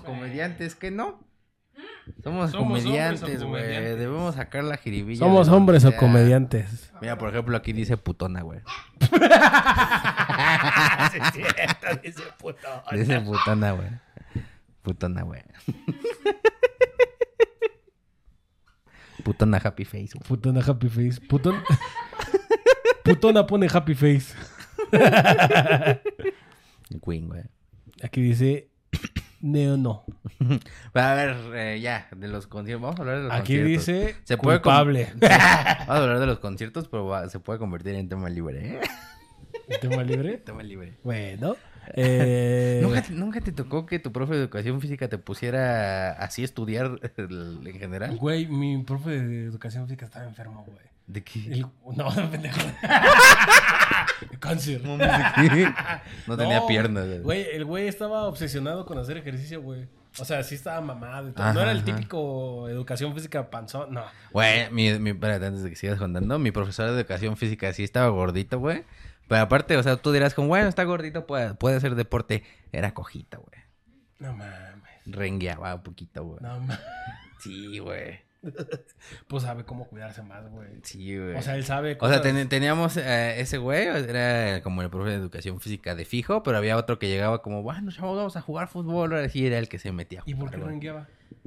comediantes, ¿qué no? Mm. Somos, Somos hombres comediantes, o güey. comediantes. Debemos sacar la jiribilla. ¿Somos de donde hombres o sea. comediantes? Mira, por ejemplo, aquí dice putona, güey. Dice putona, güey. Putona, güey. Putona happy face, güey. Putona happy face. Putón... Putona pone happy face. Queen, güey. Aquí dice Neo no. A ver, eh, ya, de los conciertos. Vamos a hablar de los Aquí conciertos. dice Se puede com- culpable. Vamos a hablar de los conciertos, pero va- se puede convertir en tema libre, ¿eh? ¿Tema libre? Tema libre. Bueno. eh, ¿Nunca, te- nunca te tocó que tu profe de educación física te pusiera así a estudiar el- en general? Güey, mi profe de educación física estaba enfermo, güey. ¿De qué? El- No, pendejo. Cáncer. No mames, ¿de qué? No tenía piernas. Güey, el güey estaba obsesionado con hacer ejercicio, güey. O sea, sí estaba mamado y todo. no Ajá, era el ajá. típico educación física panzón, no. Güey, mi, mi, espérate, antes de que sigas contando, mi profesor de educación física sí estaba gordito, güey. Pero aparte, o sea, tú dirás como, bueno, está gordito, puede, puede hacer deporte. Era cojita, güey. No mames. Rengueaba un poquito, güey. No mames. Sí, güey. Pues sabe cómo cuidarse más, güey. Sí, güey. O sea, él sabe O sea, cosas- ten- teníamos eh, ese güey, era como el profe de educación física de fijo, pero había otro que llegaba como, bueno, chavos, vamos a jugar fútbol. Ahora sí era el que se metía. a ¿Y por jugar, qué güey. rengueaba?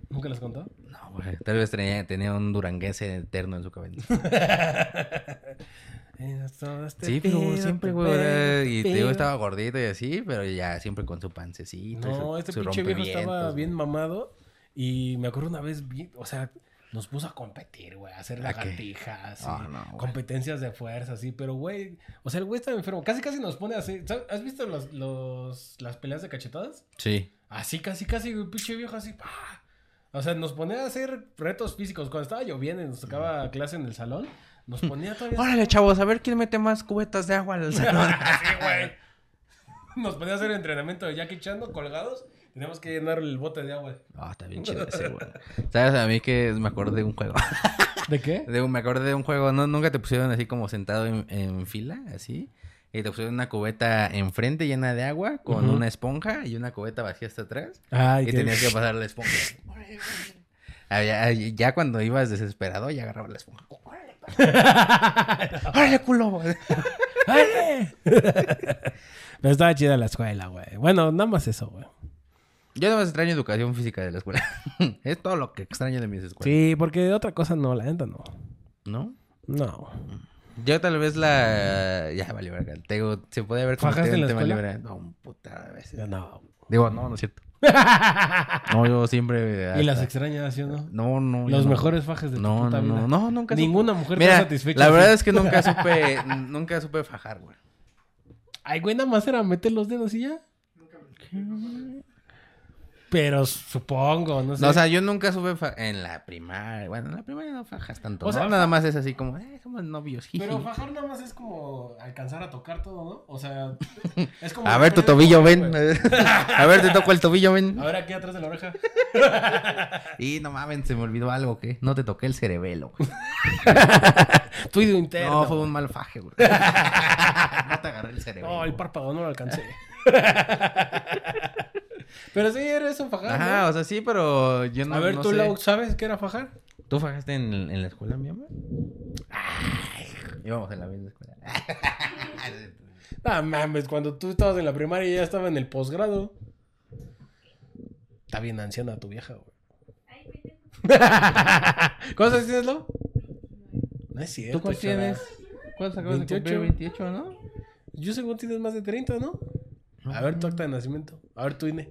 ¿Nunca les contó? No, güey. Tal vez tenía, tenía un duranguense eterno en su cabeza. este Sí, pero siempre, güey. era- Y te digo, estaba gordito y así, pero ya siempre con su pancecito. y No, su- este su pinche viejo estaba rompevientos, bien mamado. Y me acuerdo una vez, vi- o sea, nos puso a competir, güey, a hacer ¿A qué? lagartijas, y Ah, no, güey. competencias de fuerza, así. Pero, güey, o sea, el güey estaba enfermo. Casi, casi nos pone así. ¿sabes? ¿Has visto los, los- las peleas de cachetadas? Sí. Así, casi, casi, güey, pinche viejo, así. pa. O sea, nos ponía a hacer retos físicos. Cuando estaba lloviendo y nos tocaba clase en el salón, nos ponía todavía. Órale, chavos, a ver quién mete más cubetas de agua al salón. Así, güey. Nos ponía a hacer entrenamiento de Jackie Chan ¿no? colgados. Teníamos que llenar el bote de agua. Ah, está bien chido ese, güey. ¿Sabes? A mí que me acordé de un juego. ¿De qué? De un- me acordé de un juego, ¿no? Nunca te pusieron así como sentado en, en fila, así. Y te pusieron una cubeta enfrente llena de agua con Ujú. una esponja y una cubeta vacía hasta atrás. Ay, y tenías que pasar la esponja. Había- ya cuando ibas desesperado, ya agarraba la esponja. ¡Órale, culo! Pero estaba chida la escuela, güey. Bueno, nada más eso, güey. Yo no más extraño educación física de la escuela. es todo lo que extraño de mis escuelas. Sí, porque de otra cosa no, la neta no. ¿No? No. Yo tal vez la... Ya, vale, verga. Tengo... Se puede haber ¿Fajaste en la escuela? libre. No, un puta veces. Yo no. Digo, no, no es cierto. No, yo siempre. eh, y las extrañas, ¿sí o no? No, Ah, no. yo Los no. mejores fajes de tu No, puta no, vida. no, no, nunca. supe- Ninguna mujer Mira, está satisfecha. La así. verdad es que nunca supe, nunca supe fajar, güey. Ay, güey, nada más era meter los dedos y ya. Pero supongo, no sé. No, o sea, yo nunca supe fa- en la primaria. Bueno, en la primaria no fajas tanto. O sea, ¿no? nada más es así como, eh, somos novios. jiji. Pero fajar nada más es como alcanzar a tocar todo, ¿no? O sea, es como... A ver tu tobillo, ven. A ver, te toco el tobillo, ven. A ver aquí atrás de la oreja. Y no mames, se me olvidó algo, ¿qué? No te toqué el cerebelo, güey. Tuido interno. No, fue un mal faje, güey. No te agarré el cerebelo. No, el güey. párpado no lo alcancé. Pero sí, era eso fajar. Ajá, ¿no? o sea, sí, pero yo no A ver, no tú, sé. Lau, ¿sabes qué era fajar? ¿Tú fajaste en, en la escuela, mi amor? Ay, íbamos en la misma escuela. No mames, cuando tú estabas en la primaria y ya estaba en el posgrado. Está bien anciana tu vieja, güey. ¿Cuántos años tienes, Lau? No es cierto. ¿Tú cuántos chaval. tienes? ¿Cuántos acabas de cumplir? 28, ¿no? Yo según tienes más de 30, ¿no? A ver tu acta de nacimiento. A ver tu INE.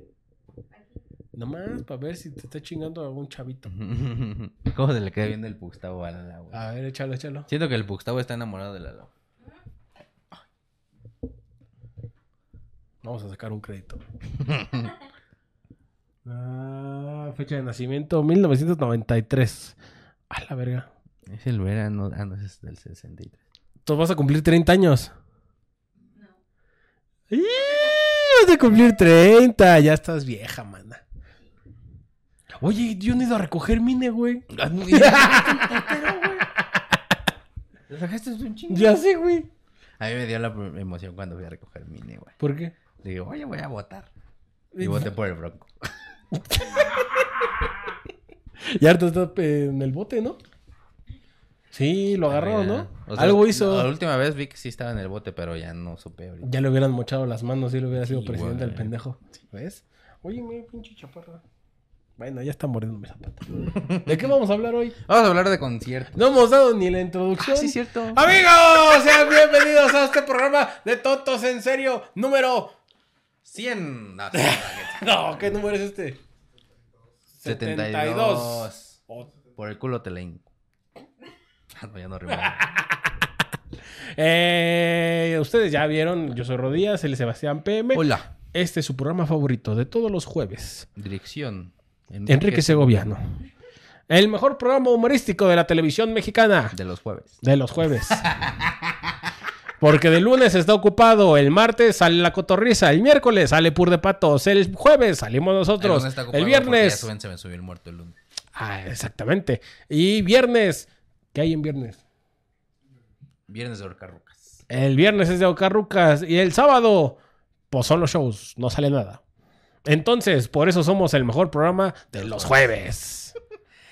Nomás para ver si te está chingando algún chavito. ¿Cómo se le queda viendo el Pugstavo a la Lau, güey? A ver, échalo, échalo. Siento que el Pugstavo está enamorado de la Lau. Vamos a sacar un crédito. Ah, fecha de nacimiento 1993. A la verga. Es el verano. Ah, no, es del 63. Tú vas a cumplir 30 años. ¡Ih! Vas a cumplir 30. Ya estás vieja, mana. Oye, yo no he ido a recoger mine, güey. ¿Lo sacaste un chingo? Ya sé, güey. A mí me dio la emoción cuando fui a recoger mi INE, güey. ¿Por qué? Digo, oye, voy a votar. Y voté por el Bronco. Y harto está eh, en el bote, ¿no? Sí, lo agarró, ¿no? Ah, O sea, Algo hizo. La última vez vi que sí estaba en el bote, pero ya no supe ahorita. Ya le hubieran mochado las manos si le hubiera sido Sí, presidente güey. al pendejo. ¿Ves? Oye, mi pinche chaparra. Bueno, ya está mordiendo mi zapato. ¿De qué vamos a hablar hoy? Vamos a hablar de conciertos. No hemos dado ni la introducción. Ah, sí, cierto. Amigos, sean bienvenidos a este programa de Tontos en Serio número... 100. No, No, ¿qué número es este? 72. O- Por el culo te la hinco. Ah, no, ya no rimaba. Eh, ustedes ya vieron, yo soy Rodías, el Sebastián PM. Hola. Este es su programa favorito de todos los jueves. Dirección. Enrique Segoviano. El mejor programa humorístico de la televisión mexicana. De los jueves. De los jueves. Porque de lunes está ocupado, el martes sale la cotorriza, el miércoles sale Pur de Patos, el jueves salimos El nosotros, lunes está ocupado el, porque Ya viernes. suben, se me subió el muerto el lunes. Ah, exactamente. Y viernes, ¿qué hay en viernes? Viernes de Orcarrucas. El viernes es de Ocarrucas y el sábado, pues son los shows, no sale nada. Entonces, por eso somos el mejor programa de los jueves.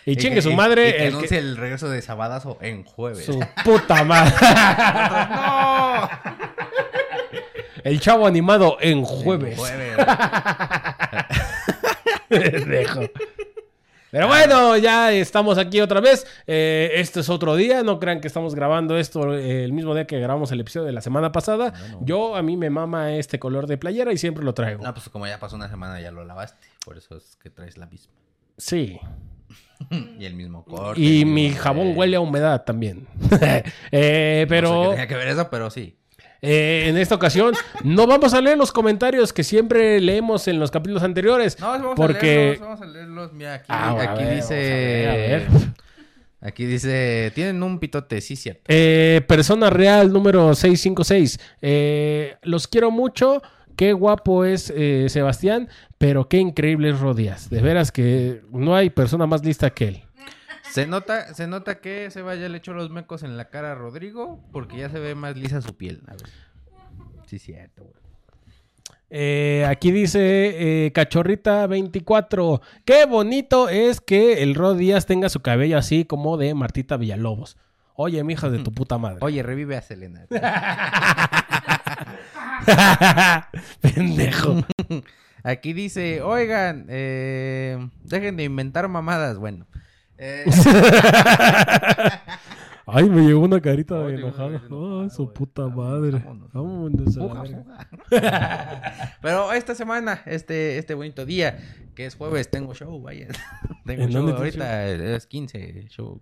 Y chingue su madre, Y que el que- anuncie el regreso de Sabadazo en jueves. su puta madre. ¡No! El chavo animado en En jueves. jueves. Pendejo. Pero Ah, bueno, ya estamos aquí otra vez. Eh, este es otro día. No crean que estamos grabando esto eh, el mismo día que grabamos el episodio de la semana pasada. No, no. Yo, a mí me mama este color de playera y siempre lo traigo. No, pues como ya pasó una semana ya lo lavaste. Por eso es que traes la misma. Sí. Y el mismo corte. Y el mi mismo- jabón eh, huele a humedad también. Eh, No sé pero qué tenía que ver eso, pero sí. eh, en esta ocasión no vamos a leer los comentarios que siempre leemos en los capítulos anteriores. No, vamos Porque- a leerlos, vamos a leerlos. Mira, aquí, Ah, bueno, a aquí ver, dice... vamos a ver, a ver. Aquí dice... Tienen un pitote, sí, cierto. Eh, persona real número 656. Eh, los quiero mucho. Qué guapo es eh, Sebastián, pero qué increíble es Rodías. De veras que no hay persona más lista que él. Se nota, se nota que se vaya le echó los mecos en la cara a Rodrigo porque ya se ve más lisa su piel. A ver. Sí, cierto, güey. Eh, aquí dice eh, Cachorrita 24. Qué bonito es que el Rodías tenga su cabello así como de Martita Villalobos. Oye, mija de tu puta madre. Oye, revive a Selena. Pendejo. Aquí dice, oigan, eh, dejen de inventar mamadas. Bueno. Eh, Ay, me llegó una carita Ay, de Dios, enojado. de enojado, Ay, su güey. puta Vámonos, madre. vámonos. ah, Vámonos. a la Fuga, verga. fuga. Pero esta semana, este, este bonito día, que es jueves, tengo show, vaya. Tengo ¿En show dónde tienes ahorita, es 15, show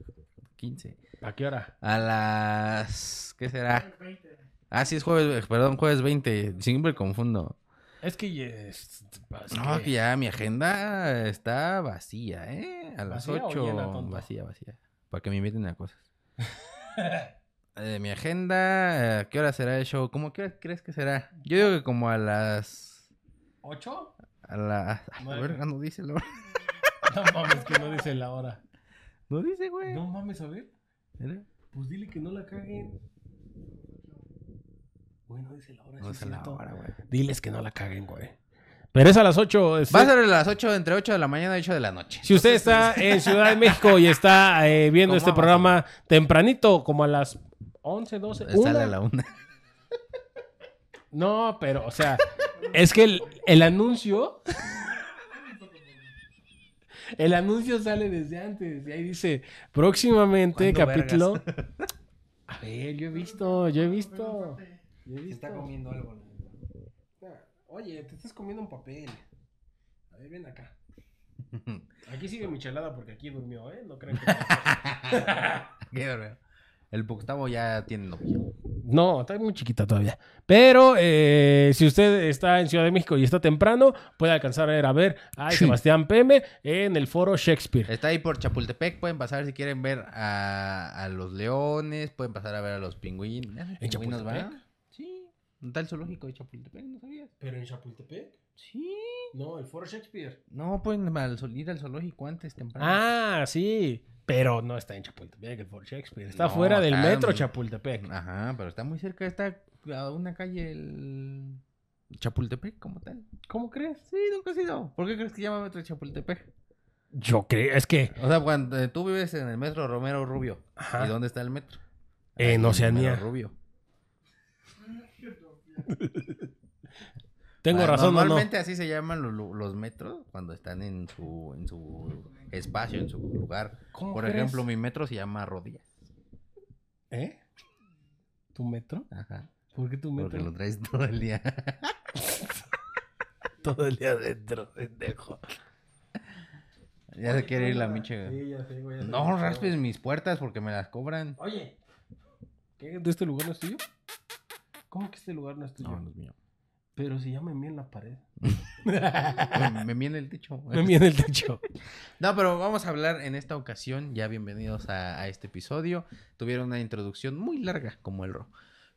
15. ¿A qué hora? A las... ¿Qué será? Ah, sí, es jueves, perdón, jueves 20. Siempre confundo. Es que. ya es- es No, que- que ya mi agenda está vacía, ¿eh? A las ¿Vacía o 8. llena, tonto? Vacía, vacía. Para que me inviten a cosas. Eh, mi agenda, eh, ¿a ¿qué hora será el show? ¿Cómo qué hora crees que será? Yo digo que como a las. ¿Ocho? A las. A Nueve. ver, no dice la hora. No mames, que no dice la hora. No dice, güey. No mames, a ver. Mira. Pues dile que no la caguen. Güey, no dice la hora. No sí dice es la cierto. hora, güey. Diles que no la caguen, güey. Pero es a las 8. Va a ser a las 8, entre 8 de la mañana y 8 de la noche. Si usted está en Ciudad de México y está eh, viendo ¿Cómo este va, programa tempranito, como a las 11, 12, Sale una. a la 1. No, pero, o sea, es que el, el anuncio. El anuncio sale desde antes y ahí dice, próximamente ¿Cuándo capítulo. A ver, yo he visto, yo he visto. yo he visto. comiendo algo. Oye, te estás comiendo un papel. A ver, ven acá. Aquí sigue Michelada porque aquí durmió, ¿eh? No crean que... Qué horror. El Gustavo ya tiene novio. No, está muy chiquita todavía. Pero eh, si usted está en Ciudad de México y está temprano, puede alcanzar a ir a ver a Sí. Sebastián PM en el foro Shakespeare. Está ahí por Chapultepec. Pueden pasar si quieren ver a, a los leones. Pueden pasar a ver a los pingüinos. ¿En pingüinos Chapultepec? va? Sí. Un tal zoológico de Chapultepec, ¿no sabías? ¿Pero en Chapultepec? Sí. No, el foro Shakespeare. No, pueden al zo- ir al zoológico antes temprano. Ah, sí. Pero no está en Chapultepec, el foro Shakespeare. Está No, fuera del está metro en- Chapultepec. Ajá, pero está muy cerca. Está a una calle el... Chapultepec como tal. ¿Cómo crees? Sí, nunca ha sido. ¿Por qué crees que llama Metro Chapultepec? Yo creo, es que O sea, cuando eh, tú vives en el metro Romero Rubio. Ajá. ¿Y dónde está el metro? en Oceanía. Romero Rubio. Tengo Ah, razón, o no. Normalmente así se llaman lo- lo- los metros cuando están en su, en su espacio, en su lugar. ¿Cómo Por crees? ejemplo, mi metro se llama Rodillas. ¿Eh? ¿Tu metro? Ajá. ¿Por qué tu Porque lo traes todo el día. Todo el día adentro, pendejo. ya se quiere ir la miche. Ah, Sí, ya sé, güey. ya sé. No raspes mis puertas porque me las cobran. Oye, ¿qué? ¿De este lugar no es tuyo? ¿Cómo que este lugar no es tuyo? No, no es mío. Pero se llama mía en la pared. Me, me miel el techo. Me mía en el techo. No, pero vamos a hablar en esta ocasión. Ya bienvenidos a, a este episodio. Tuvieron una introducción muy larga, como el ro.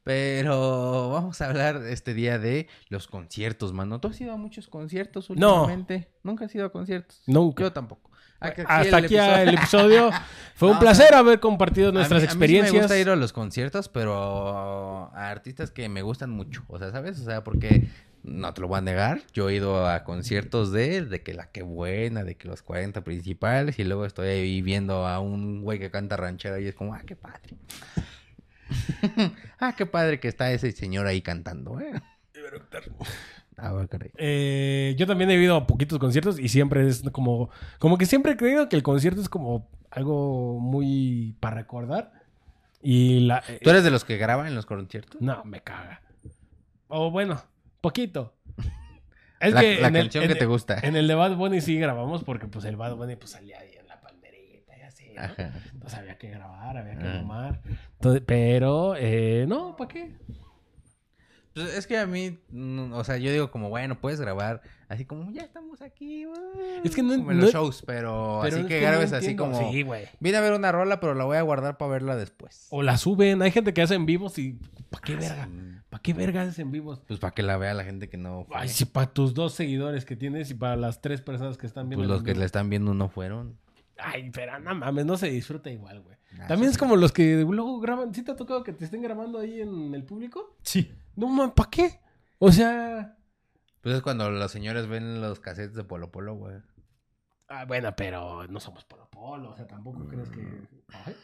Pero vamos a hablar este día de los conciertos, mano. ¿Tú has ido a muchos conciertos No. últimamente? Nunca has ido a conciertos. Nunca. Yo tampoco. Aquí- Hasta el aquí episodio- el episodio. Fue un No, placer haber compartido nuestras A mí- a mí sí experiencias. me gusta ir a los conciertos, pero a artistas que me gustan mucho. O sea, ¿sabes? O sea, porque no te lo voy a negar. Yo he ido a conciertos de, de que la que buena, de que los 40 principales, y luego estoy ahí viendo a un güey que canta ranchera y es como, ah, qué padre. ah, qué padre que está ese señor ahí cantando, ¿eh? Ah, bueno, caray. Eh, yo también he ido a poquitos conciertos y siempre es como... Como que siempre he creído que el concierto es como algo muy para recordar. Y la... eh, ¿Tú eres de los que graban en los conciertos? No, me caga. O bueno, poquito. Es la que la en el- canción en que el- te gusta. En el de Bad Bunny sí grabamos porque pues el Bad Bunny pues salía ahí en la palmerita y así, ¿no? Ajá. Entonces había que grabar, había que Ah. fumar. Entonces, pero, eh, no, ¿para qué? Pues es que a mí, mm, o sea, yo digo como, bueno, puedes grabar así como, ya estamos aquí, güey. Es que no- Como en los no- shows, pero, Pero así es que no grabes así entiendo. como, Sí, güey. vine a ver una rola, pero la voy a guardar para verla después. O la suben. Hay gente que hace en vivos y... ¿Para qué verga? Mm, ¿Para qué verga haces en vivos? Pues para que la vea la gente que no fue. Ay, si para tus dos seguidores que tienes y para las tres personas que están viendo. pues los que en la vivo. están viendo no fueron. Ay, pero no mames, no se disfruta igual, güey. Ah, También sí. es como los que luego graban. ¿Sí te ha tocado que te estén grabando ahí en el público? Sí. No, man, ¿para qué? O sea... Pues es cuando los señores ven los cassettes de Polo Polo, güey. Ah, bueno, pero no somos Polo Polo, o sea, tampoco crees que. Ay.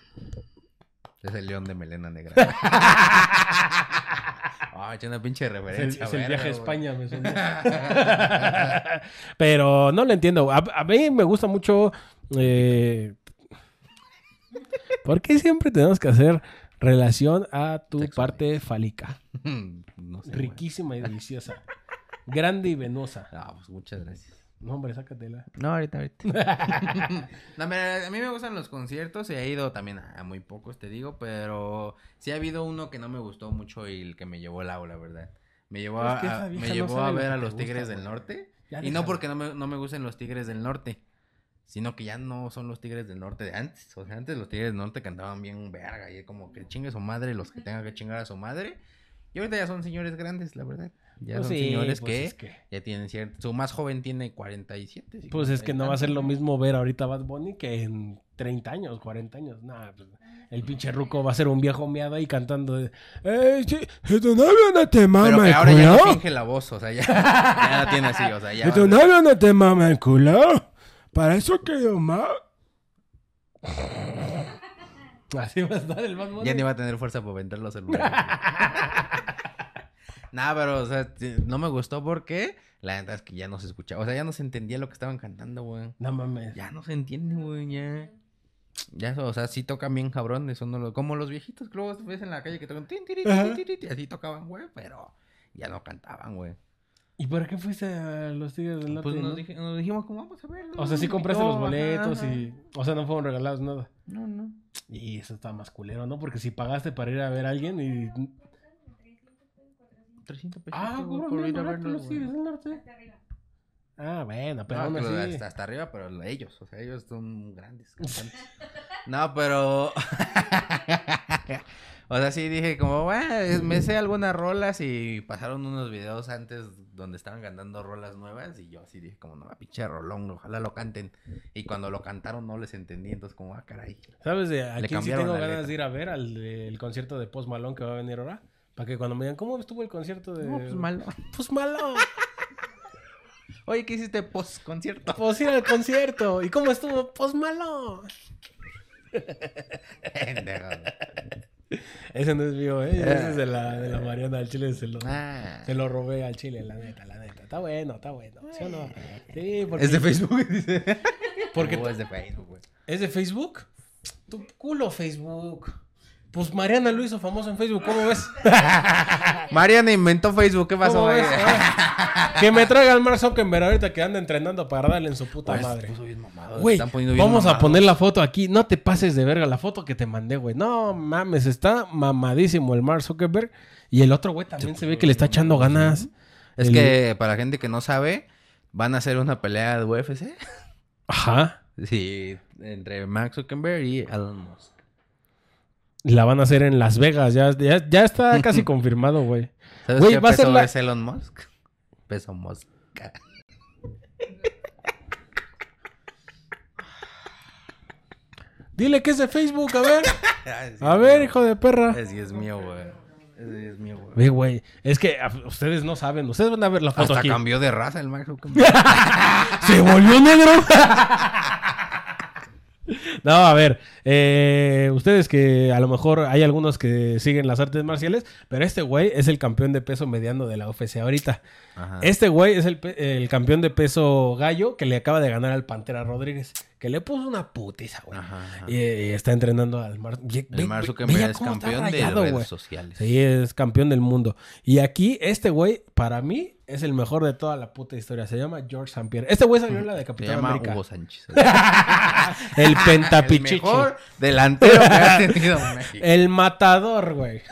Es el león de melena negra. Ay, es una pinche Es el, referencia, es el verga, viaje a güey. España, me suena. pero no lo entiendo. A, a mí me gusta mucho. eh, ¿Por qué siempre tenemos que hacer relación a tu Sexo, parte fálica? no sé, güey. Riquísima y deliciosa. Grande y venosa. Ah, pues muchas gracias. No, hombre, sácatela. No, ahorita, ahorita. no, mira, a mí me gustan los conciertos y he ido también a, a muy pocos, te digo, pero sí ha habido uno que no me gustó mucho y el que me llevó el aula, ¿verdad? Me llevó, Pero es a, que esa a- vieja me no llevó sabe a lo ver que a te los gusta, Tigres del güey. Norte. Ya y no déjala. porque no me, no me gusten los Tigres del Norte, sino que ya no son los Tigres del Norte de antes. O sea, antes los Tigres del Norte cantaban bien verga y es como que chingue su madre los que tengan que chingar a su madre. Y ahorita ya son señores grandes, la verdad. Ya Pues son sí, señores pues que... es que. Ya tienen cierto. Su más joven tiene 47. Pues es que no va a ser lo 50. mismo ver ahorita Bad Bunny que en 30 años, 40 años. Nah, pues, el pinche ruco va a ser un viejo meado ahí cantando. de, "Ey, sí, y tu novio no te mama Pero que el ahora ya no culo. finge la voz, o sea, ya, ya la tiene así, o sea, ya. Y tu va- novio no te mama el culo. Para eso que yo ma-". Así va a estar el Bad Bunny. Ya ni va a tener fuerza para vender los celulares. Nada, pero, o sea, t- no me gustó porque la neta es que ya no se escuchaba. O sea, ya no se entendía lo que estaban cantando, güey. No mames. Ya no se entiende, güey, ya. Ya, o sea, sí tocan bien cabrón, eso no lo... Como los viejitos que luego ves en la calle que tocan... tin, tiri, tin, Ajá. tin, tin, tin, así tocaban, güey, pero ya no cantaban, güey. ¿Y por qué fuiste a los Tigres del Norte? Pues no? nos, dij- nos dijimos como vamos a verlo. O sea, sí ¿no? compraste Yo, los ajá, boletos ajá. y... O sea, no fueron regalados nada. No, no. Y eso está más culero, ¿no? Porque si pagaste para ir a ver a alguien y... 300 pesos Ah, güey, cobran Pues por bien ir a barato verlos, los güey. Tigres del Norte. Ah, bueno, pero No, aún que lo- así... hasta, hasta arriba, pero ellos, o sea, ellos son grandes. cantantes. no, pero... o sea, sí dije como, bueno, es- me sé algunas rolas y pasaron unos videos antes donde estaban cantando rolas nuevas y yo así dije como, no, pinche rolón, ojalá lo canten. Y cuando lo cantaron no les entendí, entonces como, ah, caray. ¿Sabes? De aquí sí cambiaron tengo la letra. ganas de ir a ver al del concierto de Post Malone que va a venir ahora. pues Para que cuando me digan, ¿cómo estuvo el concierto de...? No, pues malo. Post Malone. Oye, ¿qué hiciste post concierto? Pues ir al concierto. ¿Y cómo estuvo? Pues malo. Ese no es mío, ¿eh? Ese es de la, de la Mariana. Al chile se lo, Ah. se lo robé al chile, la neta, la neta. Está bueno, está bueno. ¿Sí o no? Sí, porque... Es de Facebook, dice. Porque Uh, tú- es de Facebook, güey. ¿Es de Facebook? Tu culo, Facebook. Pues Mariana lo hizo famoso en Facebook, ¿cómo ves? Mariana inventó Facebook, ¿qué pasó, ¿Cómo güey? ves? Ah, que me traiga el Mark Zuckerberg ahorita que anda entrenando para darle en su puta Pues, madre. puso bien mamado, se Güey, están poniendo bien vamos a mamados. poner la foto aquí. No te pases de verga la foto que te mandé, güey. No mames, está mamadísimo el Mark Zuckerberg. Y el otro güey también se ve que le está echando ganas. ¿eh? Es El- que para la gente que no sabe, van a hacer una pelea de UFC. Ajá. Sí, entre Max Zuckerberg y Elon Musk. La van a hacer en Las Vegas. Ya, ya, ya está casi confirmado, güey. ¿Sabes Güey, qué va a ser peso la- es Elon Musk? Peso mosca. Dile que es de Facebook, a ver. Ay, sí, A ver, hijo de perra. Ese sí es mío, güey. Ese sí es mío, güey. Ve, güey, es que a- ustedes no saben, ustedes van a ver la foto Hasta aquí. cambió de raza el Max Zuckerberg. ¿Se volvió negro? no, a ver, eh, ustedes que a lo mejor hay algunos que siguen las artes marciales, pero este güey es el campeón de peso mediano de la UFC ahorita. Ajá. Este güey es el, pe- el campeón de peso gallo que le acaba de ganar al Pantera Rodríguez, que le puso una putiza, güey. Ajá, ajá. Y, y está entrenando al Mar. Ve- El ve- Mark ve- Zuckerberg vea es cómo está campeón de rayado, redes güey. sociales. Sí, es campeón del mundo. Y aquí, este güey, para mí, es el mejor de toda la puta historia. Se llama George St. Pierre. Este güey salió en la de Se Capitán llama América. Hugo Sánchez. El el pentapichichi. mejor delantero que ha tenido México. El matador, güey.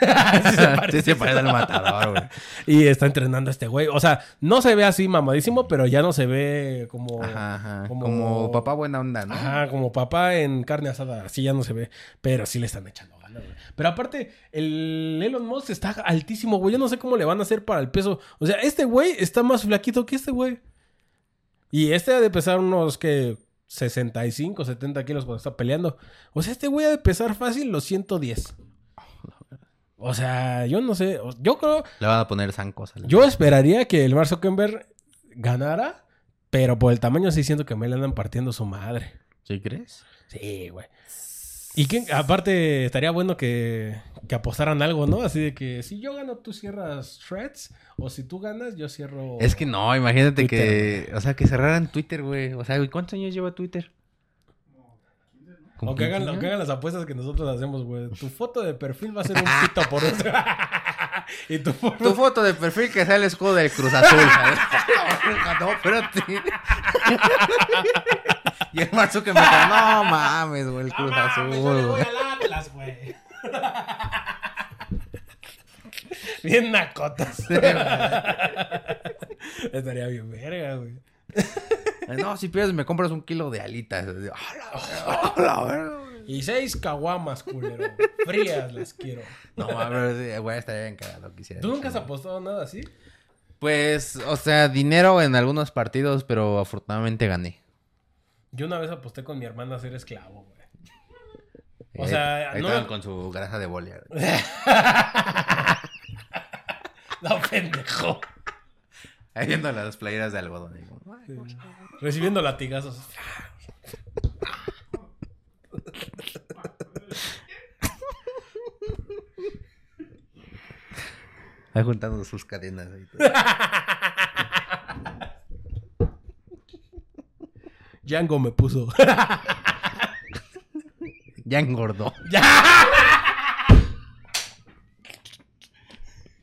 sí, se parece al matador, güey. Y está entrenando a este güey. O sea, no se ve así mamadísimo, pero ya no se ve como... Ajá, ajá. Como- Como... papá buena onda, ¿no? Ajá, como papá en carne asada. Así ya no se ve. Pero sí le están echando ganas, güey. Pero aparte, el Elon Musk está altísimo, güey. Yo no sé cómo le van a hacer para el peso. O sea, este güey está más flaquito que este güey. Y este ha de pesar unos que 65, 70 kilos cuando está peleando. O sea, este güey ha de pesar fácil los 110. O sea, yo no sé. O- Yo creo. Le van a poner zancos. al- Yo esperaría que el Mark Zuckerberg ganara. Pero por el tamaño sí siento que me le andan partiendo su madre. ¿Sí crees? Sí, güey. Y que aparte estaría bueno que, que apostaran algo, ¿no? Así de que si yo gano, tú cierras threads. O si tú ganas, yo cierro. Es que no, imagínate Twitter. que... O sea, que cerraran Twitter, güey. O sea, güey, ¿cuántos años lleva Twitter? O que hagan, o que hagan las apuestas que nosotros hacemos, güey. Tu foto de perfil va a ser un pito por otro. y tu foto. Tu foto de perfil que sea el escudo del Cruz Azul. ¿sabes? no, espérate. y el Marzo que me dijo, no mames, güey, el Cruz "Ah, Azul, güey. güey. Bien nacotas. Estaría bien verga, güey. No, si pierdes me compras un kilo de alitas. Yo, "A la verga, a la verga, güey". Y seis caguamas, culero. Frías las quiero. No mames, sí, güey, estaría bien cagado, quisiera. ¿Tú nunca has apostado nada así? Pues, o sea, dinero en algunos partidos, pero afortunadamente gané. Yo una vez aposté con mi hermana a ser esclavo, güey. O Ahí- sea, Eh, ahí no- estaban con su grasa de bolia. No, pendejo. Ahí viendo las playeras de algodón. y como, "Ay, Recibiendo latigazos. Ahí juntando sus cadenas. ahí. Django me puso. Ya engordó.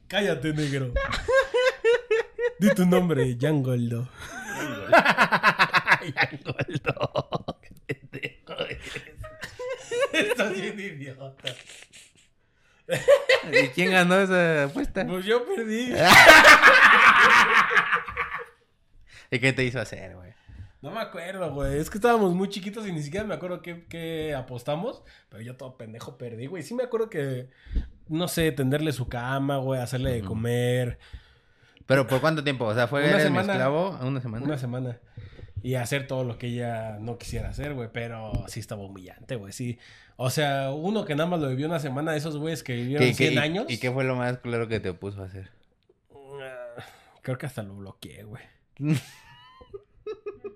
Cállate, negro. Di tu nombre, Django. Engordó. Estás bien idiota. ¿Y quién ganó esa apuesta? Pues yo perdí. ¿Y qué te hizo hacer, güey? No me acuerdo, güey. Es que estábamos muy chiquitos y ni siquiera me acuerdo qué, qué apostamos. Pero yo todo pendejo perdí, güey. Sí me acuerdo que, no sé, tenderle su cama, güey, hacerle de comer. ¿Pero por cuánto tiempo? O sea, ¿fue Una eres mi semana. esclavo? ¿Una semana? Una semana. Y hacer todo lo que ella no quisiera hacer, güey. Pero sí estaba humillante, güey. Sí. O sea, uno que nada más lo vivió una semana, esos güeyes que vivieron ¿Qué- qué- 100 y- años. ¿Y qué fue lo más claro que te puso a hacer? Ah, Creo que hasta lo bloqueé, güey.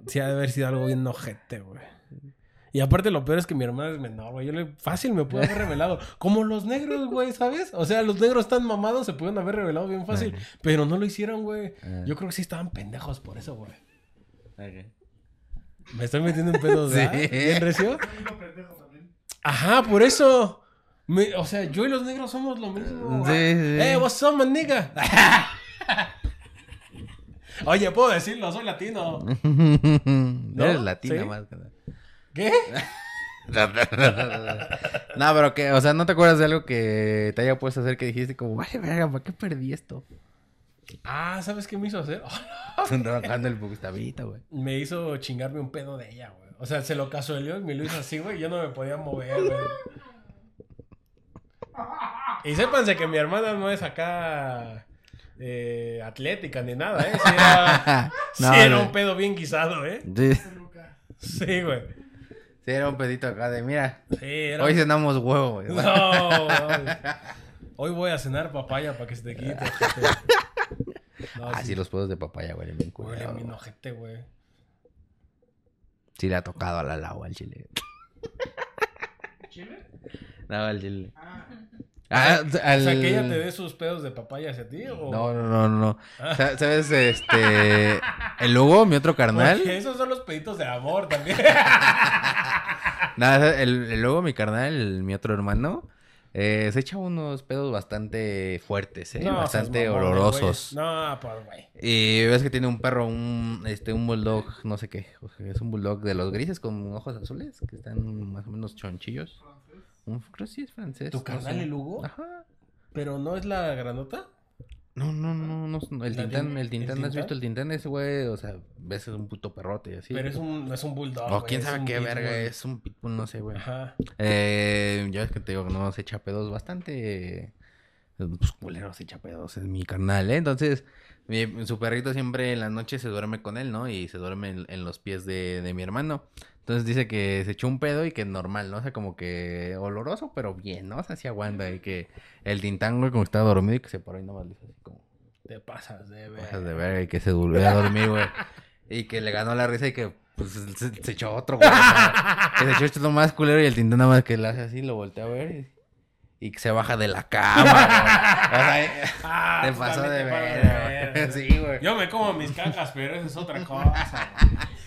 sí ha de haber sido algo bien ojete, güey. Y aparte lo peor es que mi hermana es menor, güey. Yo le fácil me puedo haber revelado. Como los negros, güey, ¿sabes? O sea, los negros tan mamados se pudieron haber revelado bien fácil. Pero no lo hicieron, güey. Ajá. Yo creo que sí estaban pendejos por eso, güey. Me estoy metiendo en pedos, ¿verdad? Sí. ¿Bien recio? Tengo pendejo también. Ajá, por eso. Me- o sea, yo y los negros somos lo mismo. Sí, sí. Eh, what's up, my nigga? Oye, puedo decirlo, soy latino. ¿No? Eres ¿No? latina ¿Sí? más que nada. ¿Qué? no, pero que, o sea, ¿no te acuerdas de algo que te haya puesto a hacer que dijiste como, vaya verga, ¿para qué perdí esto? Ah, ¿sabes qué me hizo hacer? Trabajando el Gustavito, güey. me hizo chingarme un pedo de ella, güey. O sea, se lo casueleó y me lo hizo así, güey. y Yo no me podía mover, güey. Y sépanse que mi hermana no es acá eh, atlética ni nada, ¿eh? Sí era, sí No, era güey. un pedo bien guisado, ¿eh? Sí, sí, Peluca. Sí, güey. era un pedito acá de, mira, Sí, era... hoy cenamos huevo, güey. No, güey. Hoy voy a cenar papaya para que se te quite. ojete. No, Ah, sí, los pedos de papaya huelen bien Huele culeros. bien ojete, güey. Sí le ha tocado a la lagua al chile. ¿Chile? No, al chile. Ah, Ah, al... O sea, que ella te dé Ah. sus pedos de papaya hacia ti, ¿o...? No, no, no, no. Sa- ¿Sabes? Este... El Hugo, mi otro carnal. Porque esos son los peditos de amor también. Nada, el, el- luego mi carnal, el- mi otro hermano, eh, se echa unos pedos bastante fuertes, ¿eh? bastante seas mamón, olorosos. güey. No, por güey. Y ves que tiene un perro, un, este, un bulldog, no sé qué. o sea, es un bulldog de los grises con ojos azules, que están más o menos chonchillos. francés. Un, creo que sí es francés. ¿Tu no carnal sé. el Hugo? Ajá. Ah. Pero no es la granota. No, no, no, no, no, El ¿La tintán, tin- el tintán, el ¿has visto el Tintán? tintán ese güey? O sea, ves es un puto perrote y así. Pero es un, no es un bulldog. O güey, quién es sabe un qué pitbull. verga es, un pitbull, no sé, güey. Ajá. Eh, ya es que te digo que no se echa pedos bastante. eh, Pues culero se echa pedos, es mi carnal, ¿eh? Entonces, mi- su perrito siempre en la noche se duerme con él, ¿no? Y se duerme en, en los pies de, de mi hermano. Entonces dice que se echó un pedo y que normal, ¿no? O sea, como que oloroso, pero bien, ¿no? O sea, sí aguanta. Y que el tintán, güey, como estaba dormido y que se paró y nomás le hizo así como Te pasas de cosas verga. de verga y que se volvió a dormir, güey. Y que le ganó la risa y que pues, se, se echó otro, güey. o sea, que se echó esto más culero y el tintán nada más que le hace así, lo voltea a ver y, y que se baja de la cama, güey. O sea, eh, Ah, te tú pasó de también te pasas verga, güey. Sí, güey. Yo me como mis cajas, pero eso es otra cosa.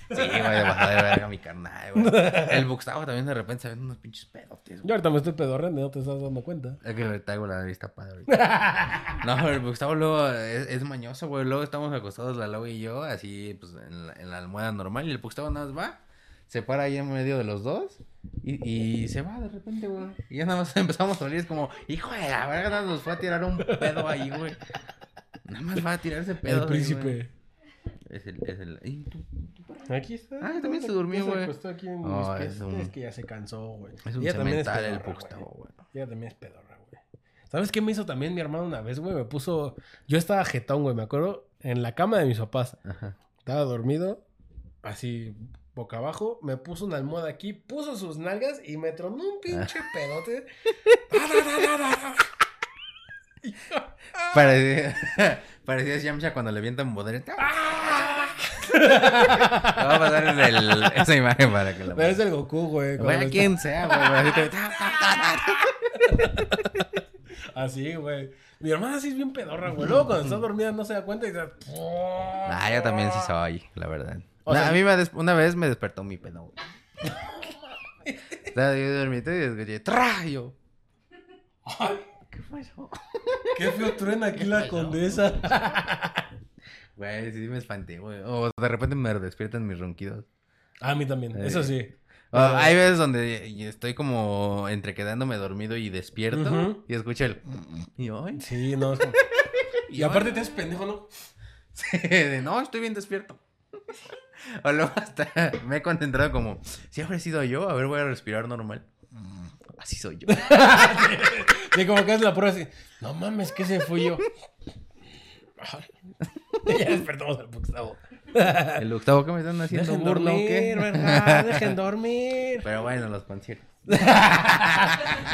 Sí, güey, te pasó de verga mi carnal, güey. El Buxtavo también de repente se ven unos pinches pedotes, güey. ahorita me estoy pedorreando, no te estás dando cuenta. Es que le traigo la nariz tapada ahorita. No, el Gustavo luego es, es mañoso, güey. Luego estamos acostados la Lau y yo, así, pues, en la, en la almohada normal. Y el Gustavo nada más va, se para ahí en medio de los dos y, y se va de repente, güey. Y ya nada más empezamos a salir. Es como, hijo de la verga, nada más nos fue a tirar un pedo ahí, güey. Nada más va a tirarse pedo. el príncipe. Es el, es el... ¿Y tú? Aquí está. Ah, también se durmió, Ya güey. acostó aquí en No, mis es pies. Es, un- que ya se cansó, güey. Es un Ella también es cemental el pedorra, Gustavo, güey. güey. Ella también es pedorra, güey. ¿Sabes qué me hizo también mi hermano una vez, güey? Me puso. Yo estaba jetón, güey, me acuerdo, en la cama de mis papás. Ajá. Estaba dormido, así, boca abajo. Me puso una almohada aquí, puso sus nalgas y me tronó un pinche Ah. pedote. Parecía, parecía Yamcha cuando le avientan poder. Va a pasar en el- esa imagen para que la Pero es el Goku, güey. cuando Vaya está- quien sea, güey. pero así te- ta, ta, ta, ta. Así, güey. Mi hermana sí es bien pedorra, güey. Luego cuando está dormida no se da cuenta y dice. Ah, yo también sí soy, la verdad. O No, sea- a mí me des- una vez me despertó mi pedo, güey. O sea, yo dormí y escuché ¡tra! Y yo, ¿Qué fue eso? Qué feo truena aquí la condesa. Güey, sí me espanté, güey. O de repente me despiertan mis ronquidos. Ah, A mí también, Eh, eso sí. O hay veces donde y- estoy como entre quedándome dormido y despierto Ujú. y escucho el. Y yo, "Ay". Sí, no. es como- Y aparte te haces pendejo, ¿no? Sí, este, de, no, estoy bien despierto. O luego hasta me he concentrado como, si habré sido yo, a ver, voy a respirar normal. Mm. Así soy yo. Sí, como que haces la prueba así. No mames, que se fui yo. Ay. ya despertamos al Gustavo. El octavo que me están haciendo Dejen burla, ¿o dormir, qué? ¿verdad? Dejen dormir. Pero bueno, los conciertos.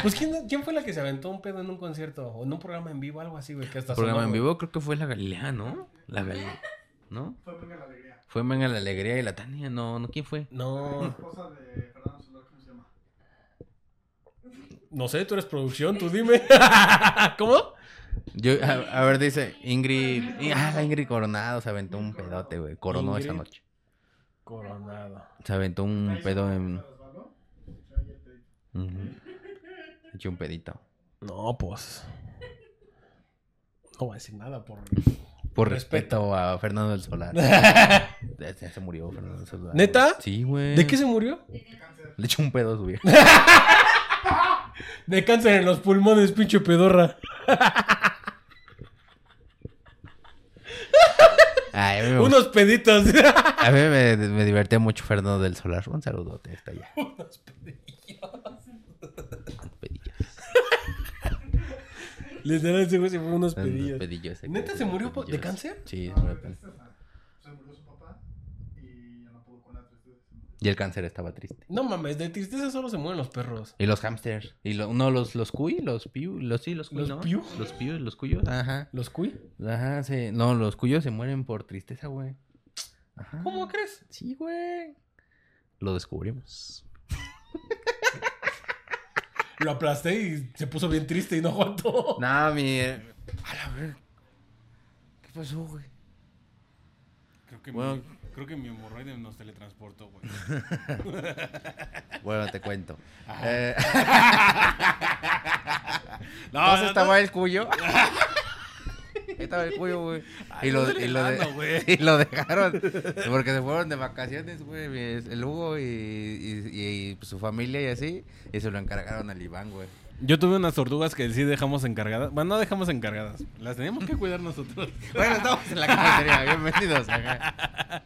Pues, ¿quién, ¿quién fue la que se aventó un pedo en un concierto? O en un programa en vivo, algo así, güey. Que hasta programa sonó, en güey. vivo creo que fue la Galilea, ¿no? La Galilea, ¿no? Fue venga la alegría. Fue Venga la Alegría y la Tania. No, no, ¿quién fue? No, esposa de Fernando Solar, ¿cómo se llama? no sé, tú eres producción, tú dime. ¿Cómo? Yo, a, a ver, dice Ingrid. y- Ah, la Ingrid Coronado se aventó un pedote, güey. Coronó esa Ingrid. noche. Coronado. Se aventó un Ahí pedo se en. llama Osvaldo. Ahí el pedito. Ujú. Echó un pedito. No, pues. No voy a decir nada por. Por Respeto. respeto a Fernando del Solar. Ya se se murió Fernando del Solar. ¿Neta? Sí, güey. ¿De qué se murió? Le echó un pedo a su vieja. De cáncer en los pulmones, pinche pedorra. Ay, a mí me gustó. Unos peditos. A mí me, me divertía mucho Fernando del Solar. Un saludote hasta allá. Unos pedillos. Pedillos. Literal, ese güey se fue unos Son unos pedillos. pedillos aquí, ¿Neta se unos murió po- de pedillos. cáncer? Sí, se No, murió de de cáncer. tristeza. Ah, Se murió su papá y ya no pudo con la tristeza. Y el cáncer estaba triste. No mames, de tristeza solo se mueren los perros. Y los hamsters. Y lo- no, los, los cuy, los piu, los sí, los cuy, ¿Los ¿no? piu? Los piu, los cuyos. Ajá. ¿Los cuy? Ajá, se- no, los cuyos se mueren por tristeza, güey. Ajá. ¿Cómo crees? Sí, güey. Lo descubrimos. Lo aplasté y se puso bien triste y no aguantó. No, mi... eh. A la ver. ¿Qué pasó, güey? Creo que, Bueno. mi, creo que mi hemorroide nos teletransportó, güey. Bueno, te cuento. Eh, No, Entonces estaba el cuyo. Ahí estaba el cuyo, güey. Y lo, ándale y, lo de- dando, güey. y lo dejaron. Porque se fueron de vacaciones, güey. El Hugo y, y- y- y su familia y así. Y se lo encargaron al Iván, güey. Yo tuve unas tortugas que sí dejamos encargadas. Bueno, no dejamos encargadas. Las teníamos que cuidar nosotros. Bueno, estamos en la cafetería. Bienvenidos. Ajá.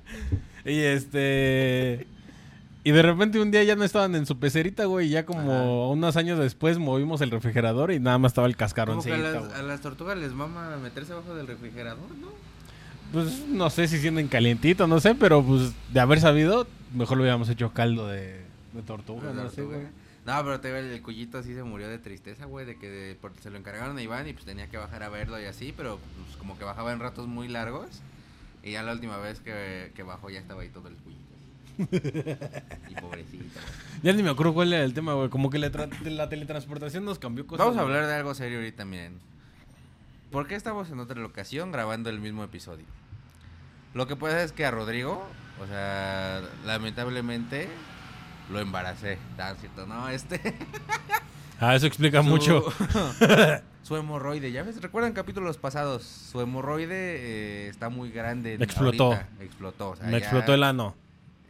Y este. Y de repente un día ya no estaban en su pecerita, güey. y Ya como Ajá. unos años después movimos el refrigerador y nada más estaba el Como que a cascaroncito. las, güey. a las tortugas les mama meterse abajo del refrigerador, ¿no? Pues no sé si sienten calientito, no sé, pero pues de haber sabido, mejor lo hubiéramos hecho caldo de, de tortuga, no sé, Tortuga. güey. No, pero te digo, el el cuyito así se murió de tristeza, güey, de que de- porque se lo encargaron a Iván y pues tenía que bajar a verlo y así, pero pues, como que bajaba en ratos muy largos. Y ya la última vez que, que bajó ya estaba ahí todo el cuyito. así. y pobrecito. güey. Ya ni me acuerdo cuál era el tema, güey. Como que la, tra- la teletransportación nos cambió cosas. Vamos a güey. hablar de algo serio ahorita, miren. ¿Por qué estamos en otra locación grabando el mismo episodio? Lo que pasa es que a Rodrigo, o sea, lamentablemente lo embaracé. Tan cierto, no, este. Ah, eso explica mucho. su hemorroide, ya ves, recuerdan capítulos pasados, su hemorroide eh, está muy grande. en- Explotó. ahorita. Explotó. o sea, Me ya- explotó el ano.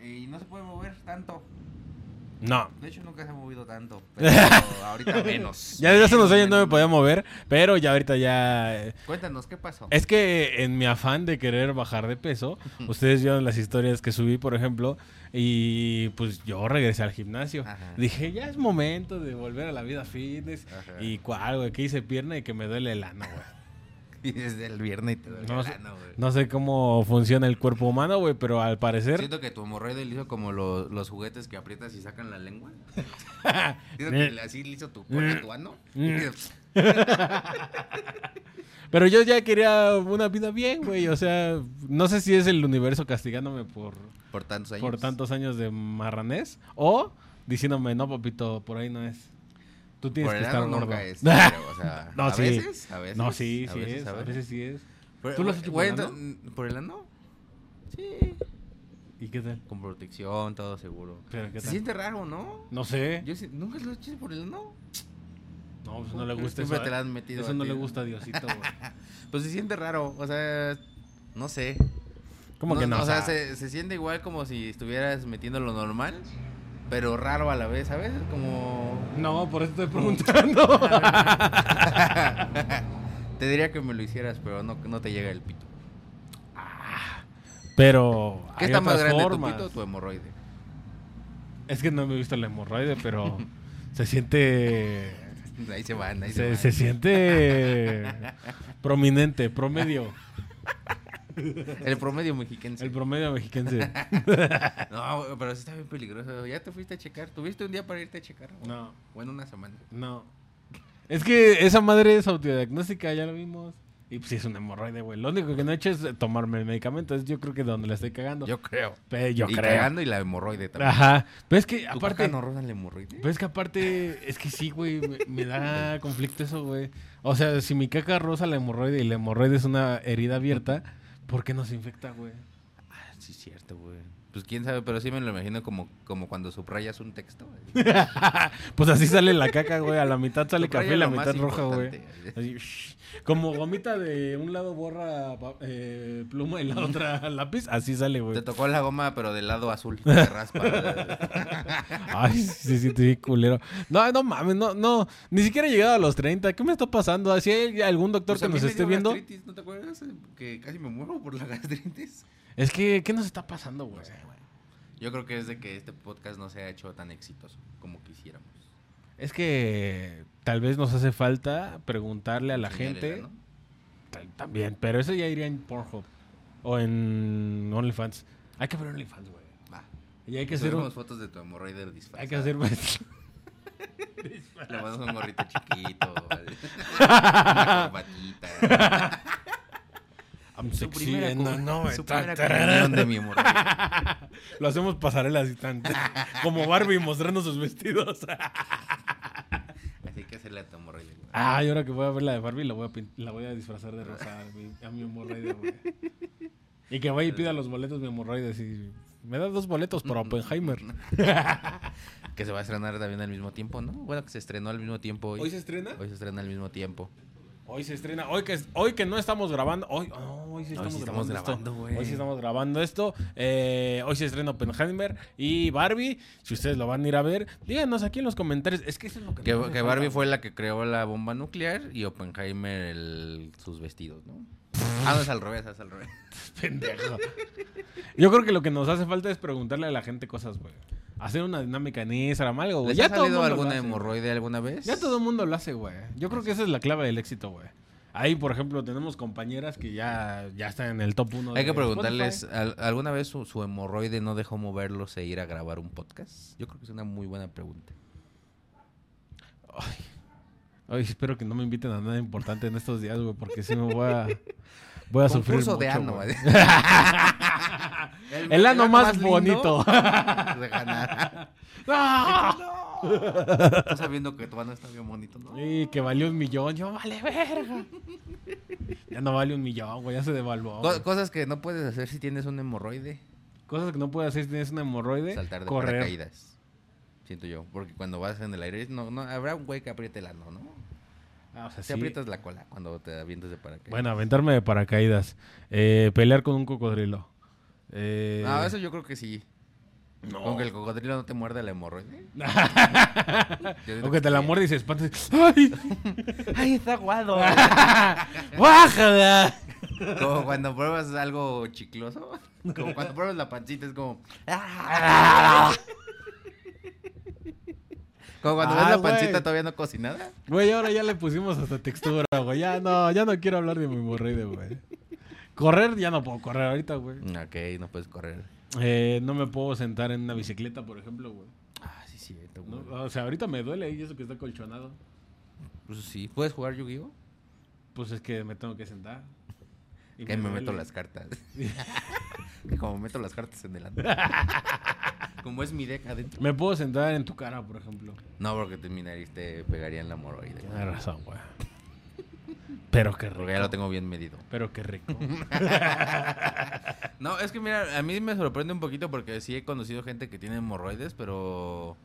Y no se puede mover tanto. No. De hecho, nunca se ha movido tanto. Pero ahorita menos. Ya desde hace unos Menos, años no me menos, podía mover, pero ya ahorita ya... eh, menos. Cuéntanos, ¿qué pasó? Es que en mi afán de querer bajar de peso, ustedes vieron las historias que subí, por ejemplo, y pues yo regresé al gimnasio. Ajá. Dije, ya es momento de volver a la vida fitness. Ajá. Y cuál, güey, que hice pierna y que me duele el ano, güey. Y desde el viernes te duele No el sé- ano, güey. No sé cómo funciona el cuerpo humano, güey, pero al parecer... Siento que tu hemorroide le hizo como lo- los juguetes que aprietas y sacan la lengua. Siento que Mm. le- así le hizo tu, cola a tu ano. Pero yo ya quería una vida bien, güey. O sea, no sé si es el universo castigándome por, por tantos años. por tantos años de marranés o diciéndome, no, papito, por ahí no es. Tú tienes Por que el estar ano nunca gordo. es, pero, o sea, No, a sí. veces, a veces. no, sí, a sí veces, es. a A veces. veces sí es. Pero, ¿Tú lo has hecho güey, por el ento- mm, ¿Por el ano? Sí. ¿Y qué tal? Con protección, todo seguro. Pero, ¿qué Se tal? siente raro, ¿no? No sé. Yo sí- nunca lo he hecho por el ano. No, pues no le Porque gusta eso. siempre te la han metido Eso a no ti. le gusta a Diosito, güey. Pues se siente raro, o sea, no sé. ¿Cómo que no? O sea, se, se siente igual como si estuvieras metiendo lo normal, pero raro a la vez, ¿sabes? Como... No, por eso estoy preguntando. te diría que me lo hicieras, pero no, no te llega el pito. Pero ¿Qué hay está más otras grande, formas. tu pito o tu hemorroide? Es que no me he visto la hemorroide, pero se siente. Ahí se van, ahí se, van. Se, se siente prominente, promedio. El promedio mexiquense. El promedio mexiquense. No, güey, pero sí está bien peligroso. Ya te fuiste a checar. ¿Tuviste un día para irte a checar? güey? No, Bueno, una semana. no. Es que esa madre es autodiagnóstica, ya lo vimos. Y pues sí, es una hemorroide, güey. Lo único que no he hecho es tomarme el medicamento. Es yo creo que donde la estoy cagando. Yo creo. Pe- yo y creo. cagando y la hemorroide también. Ajá. Pero es que ¿Tu aparte... papá no roban la hemorroide? Pero es que aparte, es que sí, güey, me, me da conflicto eso, güey. O sea, si mi caca rosa la hemorroide y la hemorroide es una herida abierta, ¿por qué no se infecta, güey? Ah, sí, cierto, güey. Pues quién sabe, pero sí me lo imagino como, como cuando subrayas un texto. Pues así sale la caca, güey. A la mitad sale café y la Subraya lo más mitad roja, güey. importante. Así, shh. Como gomita de un lado borra pa- eh, pluma y la otra lápiz, así sale, Te güey. tocó la goma, pero del lado azul. Te raspa. Ay, sí, sí, sí, culero. No, no mames, no, no. Ni siquiera he llegado a los 30. ¿Qué me está pasando? ¿Así hay algún doctor Pues a que mí nos me esté dio viendo? gastritis, ¿No te acuerdas? Que casi me muero por la gastritis. Es que, ¿qué nos está pasando, güey? Yo creo que es de que este podcast no se ha hecho tan exitoso como quisiéramos. Es que tal vez nos hace falta preguntarle a la gente Señalela, ¿no? tal- también, pero eso ya iría en Pornhub o en OnlyFans. Hay que abrir OnlyFans, güey. Va. Y hay que Que hacer, un- subimos fotos de tu hemorroide disfrazado. hay que hacer más. Le pones un gorrito chiquito. ¿vale? Una corbatita. I'm Su sexy primera and co- I know it. su Tan, primera tararán. comunión de mi hemorroide. Lo hacemos pasarela así tan como Barbie mostrando sus vestidos. Así hay que hacerle a tu hemorroide. güey. ah, y ahora que voy a ver la de Barbie la voy a pin- la voy a disfrazar de rosa a mi, a mi hemorroide, güey. Y que vaya y pida los boletos de hemorroides y me da dos boletos para Oppenheimer. Mm. Que se va a estrenar también al mismo tiempo, ¿no? Bueno, que se estrenó al mismo tiempo hoy. ¿Hoy se estrena? Hoy se estrena al mismo tiempo. Hoy se estrena, hoy que, hoy que no estamos grabando, hoy, oh, hoy sí Hoy estamos, sí estamos grabando, esto. grabando, güey. Hoy sí estamos grabando esto. Eh, hoy se estrena Oppenheimer y Barbie. Si ustedes lo van a ir a ver, díganos aquí en los comentarios. Es que eso es lo que. Que, no me que falta, Barbie güey. fue la que creó la bomba nuclear y Oppenheimer el- sus vestidos, ¿no? Ah, no, es al revés, es al revés. Pendejo. Yo creo que lo que nos hace falta es preguntarle a la gente cosas, güey. Hacer una dinámica en Instagram, algo, güey. ¿Les Pues Ya ha todo el salido mundo lo alguna hace, güey. hemorroide alguna vez? Ya todo el mundo lo hace, güey. Yo creo que esa es la clave del éxito, güey. Ahí, por ejemplo, tenemos compañeras que ya, ya están en el top 1. Hay que preguntarles, ¿al- ¿alguna vez su, su hemorroide no dejó moverlos e ir a grabar un podcast? Yo creo que es una muy buena pregunta. Ay, espero que no me inviten a nada importante en estos días, güey, porque si no voy a, voy a sufrir Concurso mucho, de ano. güey. ¿vale? El, ano más, bonito. De ganar. ¡Ah! Estás sabiendo que tu ano está bien bonito, ¿no? Y que valió un millón. Yo, vale, verga. Ya no vale un millón, güey. Ya se devaluó. Co- güey. cosas que no puedes hacer si tienes un hemorroide. Cosas que no puedes hacer si tienes una hemorroide. Saltar de correr. paracaídas. Siento yo. Porque cuando vas en el aire, no, no, habrá un güey que apriete el ano, ¿no? Ah, o sea, Te sí. aprietas la cola cuando te avientas de paracaídas. Bueno, aventarme de paracaídas. Eh, pelear con un cocodrilo. Eh, No, Ah, eso yo creo que sí. no. Aunque el cocodrilo no te muerde la hemorroide. Yo digo O que te la sí. muerde y se espantes. ¡Ay! ¡Ay, está aguado! ¡Bájala! como cuando pruebas algo chicloso. Como cuando pruebas la pancita, es como... ¡ah! Como cuando Ah, ves la güey. pancita todavía no cocinada. Güey, ahora ya le pusimos hasta textura, güey. Ya no, ya no quiero hablar de mi morride, güey. Correr, ya no puedo correr ahorita, güey. Ok, no puedes correr. Eh, no me puedo sentar en una bicicleta, por ejemplo, güey. Ah, sí, cierto, No, güey. o sea, ahorita me duele y eso que está colchonado. Pues sí, ¿puedes jugar Yu-Gi-Oh? Pues es que me tengo que sentar. Y Que me duele. meto las cartas. Que Como meto las cartas en delante. Como es mi deck adentro. Me puedo sentar en tu cara, por ejemplo. No, porque tu mi nariz te pegaría en la moroide. Tienes razón, güey. Pero qué rico. Porque ya lo tengo bien medido. Pero qué rico. No, es que mira, a mí me sorprende un poquito porque sí he conocido gente que tiene hemorroides, pero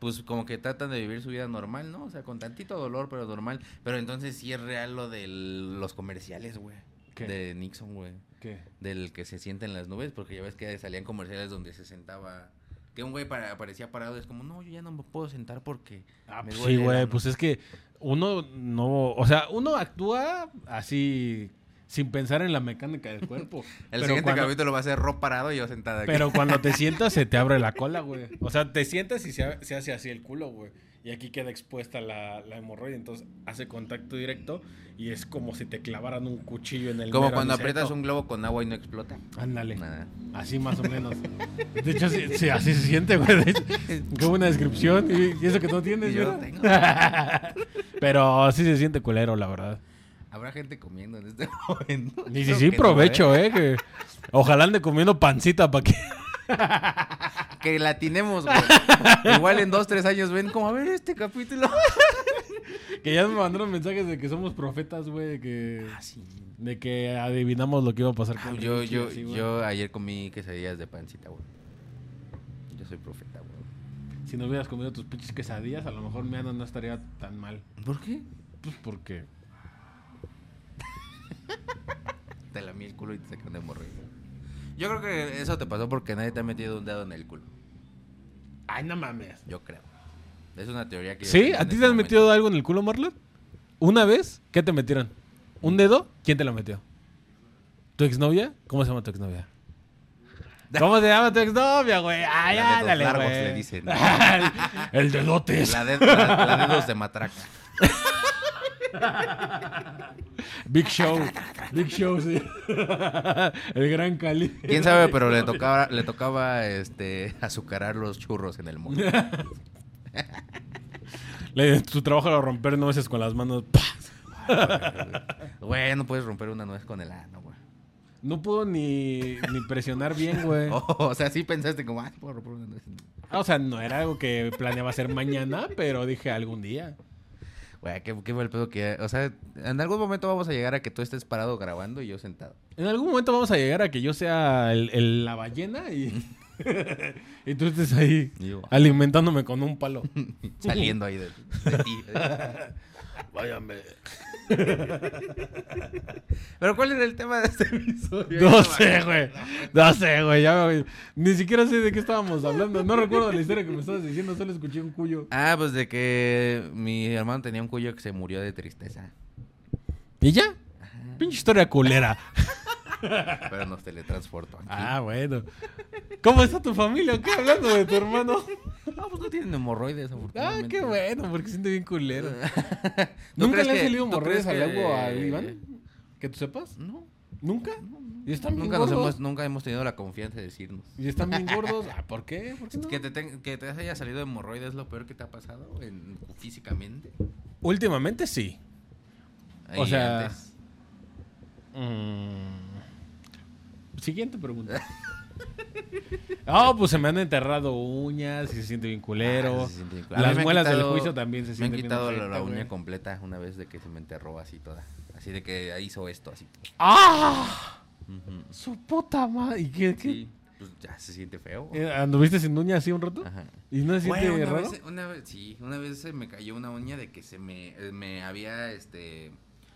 pues como que tratan de vivir su vida normal, ¿no? O sea, con tantito dolor, pero normal. Pero entonces sí es real lo de los comerciales, güey. ¿Qué? De Nixon, güey. ¿Qué? Del que se sienta en las nubes, porque ya ves que salían comerciales donde se sentaba. Que un güey para, aparecía parado, es como, no, yo ya no me puedo sentar porque. Ah, me pues duele sí, el güey, ano". pues es que uno no, o sea, uno actúa así sin pensar en la mecánica del cuerpo. El Pero siguiente cuando- capítulo va a ser Rob parado y yo sentada aquí. Pero cuando te sientas se te abre la cola, güey. O sea, te sientas y se, ha- se hace así el culo, güey. Y aquí queda expuesta la, la hemorroide, entonces hace contacto directo y es como si te clavaran un cuchillo en el Como mero cuando aniceto. aprietas un globo con agua y no explota. Ándale. Nada. Así más o menos. De hecho, sí, sí, así se siente, güey. De hecho, Qué buena descripción. Y, y eso que no tienes, Y yo no ¿verdad? Pero sí se siente culero, la verdad. Ah, Habrá gente comiendo en este momento. Y sí, Espero sí, que no, provecho, ¿eh? que- ojalá ande comiendo pancita para que... ¿eh? Que latinemos, güey. Igual en dos, tres años ven como, a ver este capítulo. Que ya me mandaron mensajes de que somos profetas, güey, de Ah, que... De que adivinamos lo que iba a pasar con Yo, Ricky, yo, así, güey. yo ayer comí quesadillas de pancita, güey. Yo soy profeta, güey. Si no hubieras comido tus pinches quesadillas, a lo mejor Meana no estaría tan mal. ¿Por qué? Pues porque... Te lamí el culo y te sacan de morrer. Yo creo que eso te pasó porque nadie te ha metido un dedo en el culo. Ay, no mames. Yo creo. Es una teoría que. yo ¿Sí? tengo ¿A en ti este te han momento. metido algo en el culo, Marlon? ¿Una vez? ¿Qué te metieron? ¿Un dedo? ¿Quién te lo metió? ¿Tu exnovia? ¿Cómo se llama tu exnovia? ¿Cómo se llama tu exnovia, güey? Ay, La de los ándale, largos, güey. le dicen. el dedote. La, de, la- la dedos de matraca. Big Show. Big Show, sí. el gran Cali. Quién sabe, pero le tocaba, le tocaba este azucarar los churros en el mundo. Le- Su trabajo era romper nueces con las manos. ¡Pah! Güey, no puedes romper una nuez con el ano, güey. No pudo ni, ni presionar bien, güey. Oh, o sea, sí pensaste como, ah, puedo romper una nuez. Ah, O sea, no era algo que planeaba hacer mañana, pero dije algún día. Güey, qué, qué mal pedo que. O sea, en algún momento vamos a llegar a que tú estés parado grabando y yo sentado. En algún momento vamos a llegar a que yo sea el- el- la ballena y, y tú estés ahí Y yo, alimentándome con un palo. saliendo ahí de, de ti. Váyame. Pero ¿cuál era el tema de este episodio? No sé, güey. No sé, güey. Ya me- Ni siquiera sé de qué estábamos hablando. No recuerdo la historia que me estabas diciendo. Solo escuché un cuyo. Ah, pues de que mi hermano tenía un cuyo que se murió de tristeza. ¿Y ya? Pinche historia culera. Pero nos teletransportó aquí. Ah, bueno. ¿Cómo está tu familia? ¿Qué hablando de tu hermano? No, pues no tienen hemorroides, Ah, afortunadamente. qué bueno, porque siente bien culero. ¿Tú crees ¿Nunca le han que- salido tú morredes al crees que- agua a Iván? Que tú sepas. No, ¿Nunca? Y están bien nunca, nos gordos. hemos, nunca hemos tenido la confianza de decirnos. Y están bien gordos. Ah, ¿Por qué? ¿Por qué no? Que, te ten- que te haya salido hemorroides es lo peor que te ha pasado en- físicamente. Últimamente sí. O Y sea, antes. Mm. Siguiente pregunta. Ah, pues se me han enterrado uñas y se siente bien culero. Ah, se siente bien culero. A mí Las me han muelas del quitado- juicio también se Me han sienten bien quitado la, ojete, la güey. uña completa una vez de que se me enterró así toda. Así de que hizo esto, así. ¡Ah! Ujú. Su puta madre. ¿Y qué? qué? Sí, pues ya se siente feo. Eh, ¿Anduviste sin uña así un rato? Ajá. ¿Y no ¿Eh? se siente Güey, una raro? Vez, una vez- sí, una vez se me cayó una uña de que se me, eh, me había este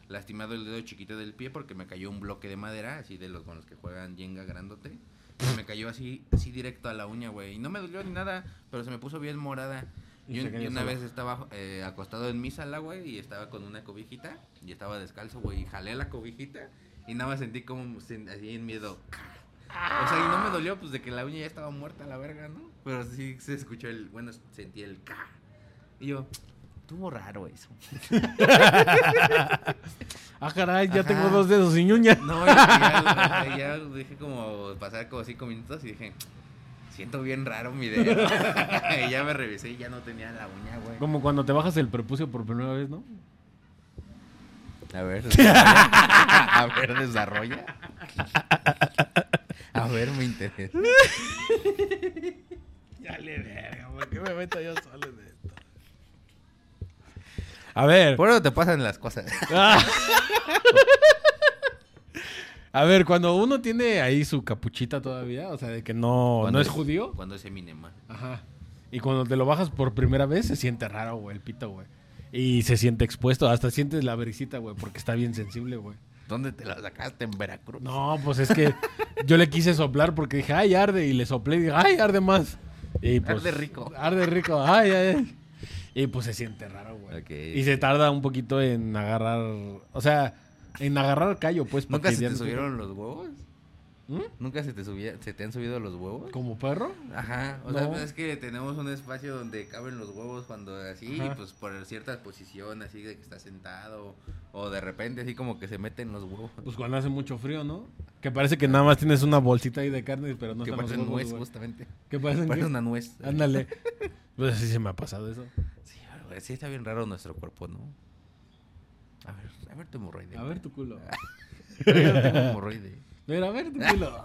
lastimado el dedo chiquito del pie porque me cayó un bloque de madera, así de los con los que juegan Jenga grandote. Se me cayó así, así directo a la uña, güey. Y no me dolió ni nada, pero se me puso bien morada. Y Yo, se cayó yo una sola. vez estaba eh, acostado en mi sala, güey, y estaba con una cobijita, y estaba descalzo, güey, y jalé la cobijita, y nada más sentí como sen- así en miedo. O sea, y no me dolió, pues, de que la uña ya estaba muerta, la verga, ¿no? Pero sí se escuchó el, bueno, sentí el ca. Y yo, estuvo raro eso. Ah, caray, ya Ajá. tengo dos dedos sin uña. No, y ya, ya, ya dejé como pasar como cinco minutos y dije, siento bien raro mi dedo. y ya me revisé y ya no tenía la uña, güey. Como cuando te bajas el prepucio por primera vez, ¿no? A ver, desarrolla. A ver, desarrolla. A ver, me interesa. Ya le verga, ¿por qué me meto yo solo en esto? A ver. Por eso te pasan las cosas. Ah. A ver, cuando uno tiene ahí su capuchita todavía, o sea, de que no, Cuando no es judío. Cuando es Eminema. Ajá. Y cuando te lo bajas por primera vez, se siente raro, güey, el pito, güey. Y se siente expuesto, hasta sientes la brisita, güey, porque está bien sensible, güey. ¿Dónde te la sacaste? ¿En Veracruz? No, pues es que yo le quise soplar porque dije, ay, arde. Y le soplé y dije, ay, arde más. Y pues, Arde rico. Arde rico, ay, ay, ay. Y pues se siente raro, güey. Ok, y se tarda un poquito en agarrar, o sea, en agarrar callo, pues. para ¿Nunca que se ya te no- subieron los huevos? ¿Mm? ¿Nunca se te, subía, se te han subido los huevos? ¿Como perro? Ajá, o No. sea, es que tenemos un espacio donde caben los huevos cuando así, Ajá. y pues por cierta posición, así de que estás sentado, o de repente así como que se meten los huevos. Pues cuando hace mucho frío, ¿no? Que parece que nada más tienes una bolsita ahí de carne, pero no que están los parecen nuez, huevos, güey. Ah, justamente. ¿Qué parecen? Parece qué? una nuez. Ándale. Pues así se me ha pasado eso. Sí, güey, sí está bien raro nuestro cuerpo, ¿no? A ver, a ver tu hemorroide. A ver tu culo. güey. A ver tu hemorroide. Mira, a ver tu culo.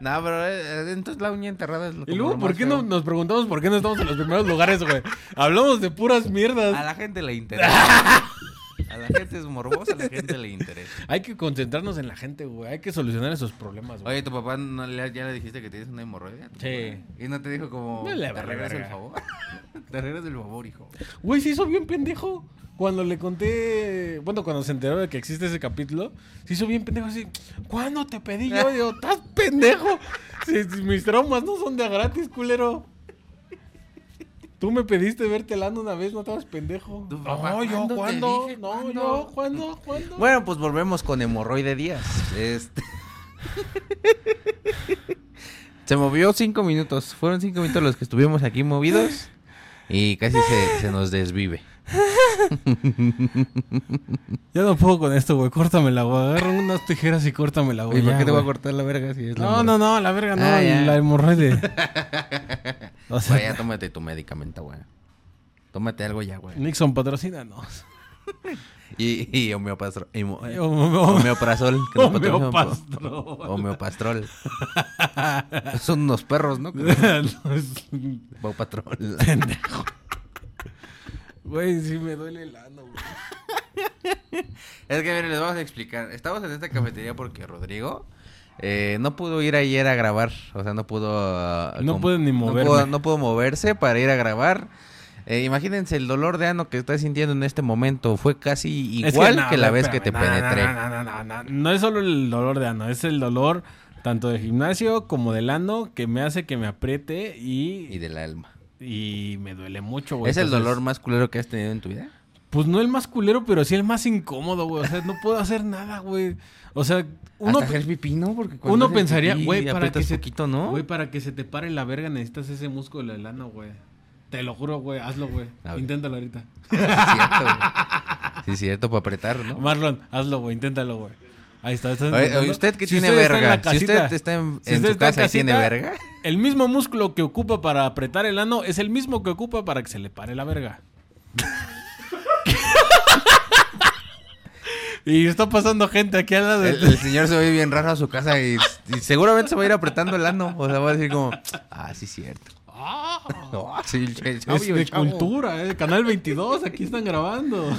No, pero eh, entonces la uña enterrada es lo Y Pues luego, como lo ¿por más qué feo. no nos preguntamos por qué no estamos en los primeros lugares, güey? Hablamos de puras A mierdas. la gente le interesa. A la gente es morbosa, a la gente le interesa. Hay que concentrarnos en la gente, güey. Hay que solucionar esos problemas, güey. Oye, ¿tu papá no le- ya le dijiste que tienes una hemorroide? a tu Sí. papá? ¿Y no te dijo como, No le te vale regreso el verga". favor? te regreso el favor, hijo. Güey, se hizo bien pendejo. Cuando le conté, bueno, cuando se enteró de que existe ese capítulo, se hizo bien pendejo así. ¿Cuándo te pedí yo? Digo, estás pendejo. Si- si mis traumas no son de a gratis, culero. Tú me pediste verte lando una vez, no estabas pendejo. Tu No, papá, yo, ¿cuándo te ¿cuándo? dije? No, ¿Cuándo? yo, ¿cuándo? ¿Cuándo? Bueno, pues volvemos con hemorroide Díaz. Este... se movió cinco minutos. Fueron cinco minutos los que estuvimos aquí movidos. Y casi se, se nos desvive. Ya no puedo con esto, güey. Córtamela, güey. Agarra unas tijeras y córtamela, güey. ¿Y por ya, qué te voy a güey. cortar la verga si es la No, hemorroide? no, no, la verga no, Ah, ya. la hemorroide. o sea, Vaya, tómate tu medicamento, güey. Tómate algo ya, güey. Nixon, patrocínanos. Y, y homeopastro- hemo- Hom- eh, hom- Homeoprazol. que nos patrocina Homeopastro. Homeopastrol. Son unos perros, ¿no? No, es un Homeopatrol. Pendejo. Güey, sí me duele el ano, güey. Es que, miren, les vamos a explicar. Estamos en esta cafetería porque Rodrigo eh, no pudo ir ayer a grabar. O sea, no pudo... ah, No com- pude ni no pudo- No moverme. pudo, moverse para ir a grabar. Eh, imagínense el dolor de ano que está sintiendo en este momento. Fue casi Es igual que, no, la güey, vez que te espérame, no, penetré. No, no, no, no, no. No es solo el dolor de ano, es el dolor tanto del gimnasio como del ano que me hace que me apriete Y y, del alma. y me duele mucho, güey. ¿Es el Entonces, dolor más culero que has tenido en tu vida? Pues no el más culero, pero sí el más incómodo, güey. O sea, no puedo hacer nada, güey. O sea, uno, Hasta hacer pipí, ¿no? Porque cuando uno haces pensaría, pipí, güey, para que aprietas se poquito, ¿no? Güey, para que se te pare la verga necesitas ese músculo del ano, güey. Te lo juro, güey, hazlo, güey. A ver. Inténtalo ahorita. Sí, es cierto, güey. Sí, es cierto, para apretar, ¿no? Marlon, hazlo, güey, inténtalo, güey. Ahí está. ¿estás Oye, intentando? oye, usted que Si tiene usted está en verga, la si usted casita- está en- si en usted su está casa y tiene casita, verga. El mismo músculo que ocupa para apretar el ano es el mismo que ocupa para que se le pare la verga. y está pasando gente aquí al lado. de- El, el señor se va a ir bien raro a su casa y, y seguramente se va a ir apretando el ano. O sea, va a decir como, ah, sí, es cierto. Ah, No, sí, el ch- chavo, es de el chavo. cultura, eh. Canal 22, aquí están grabando.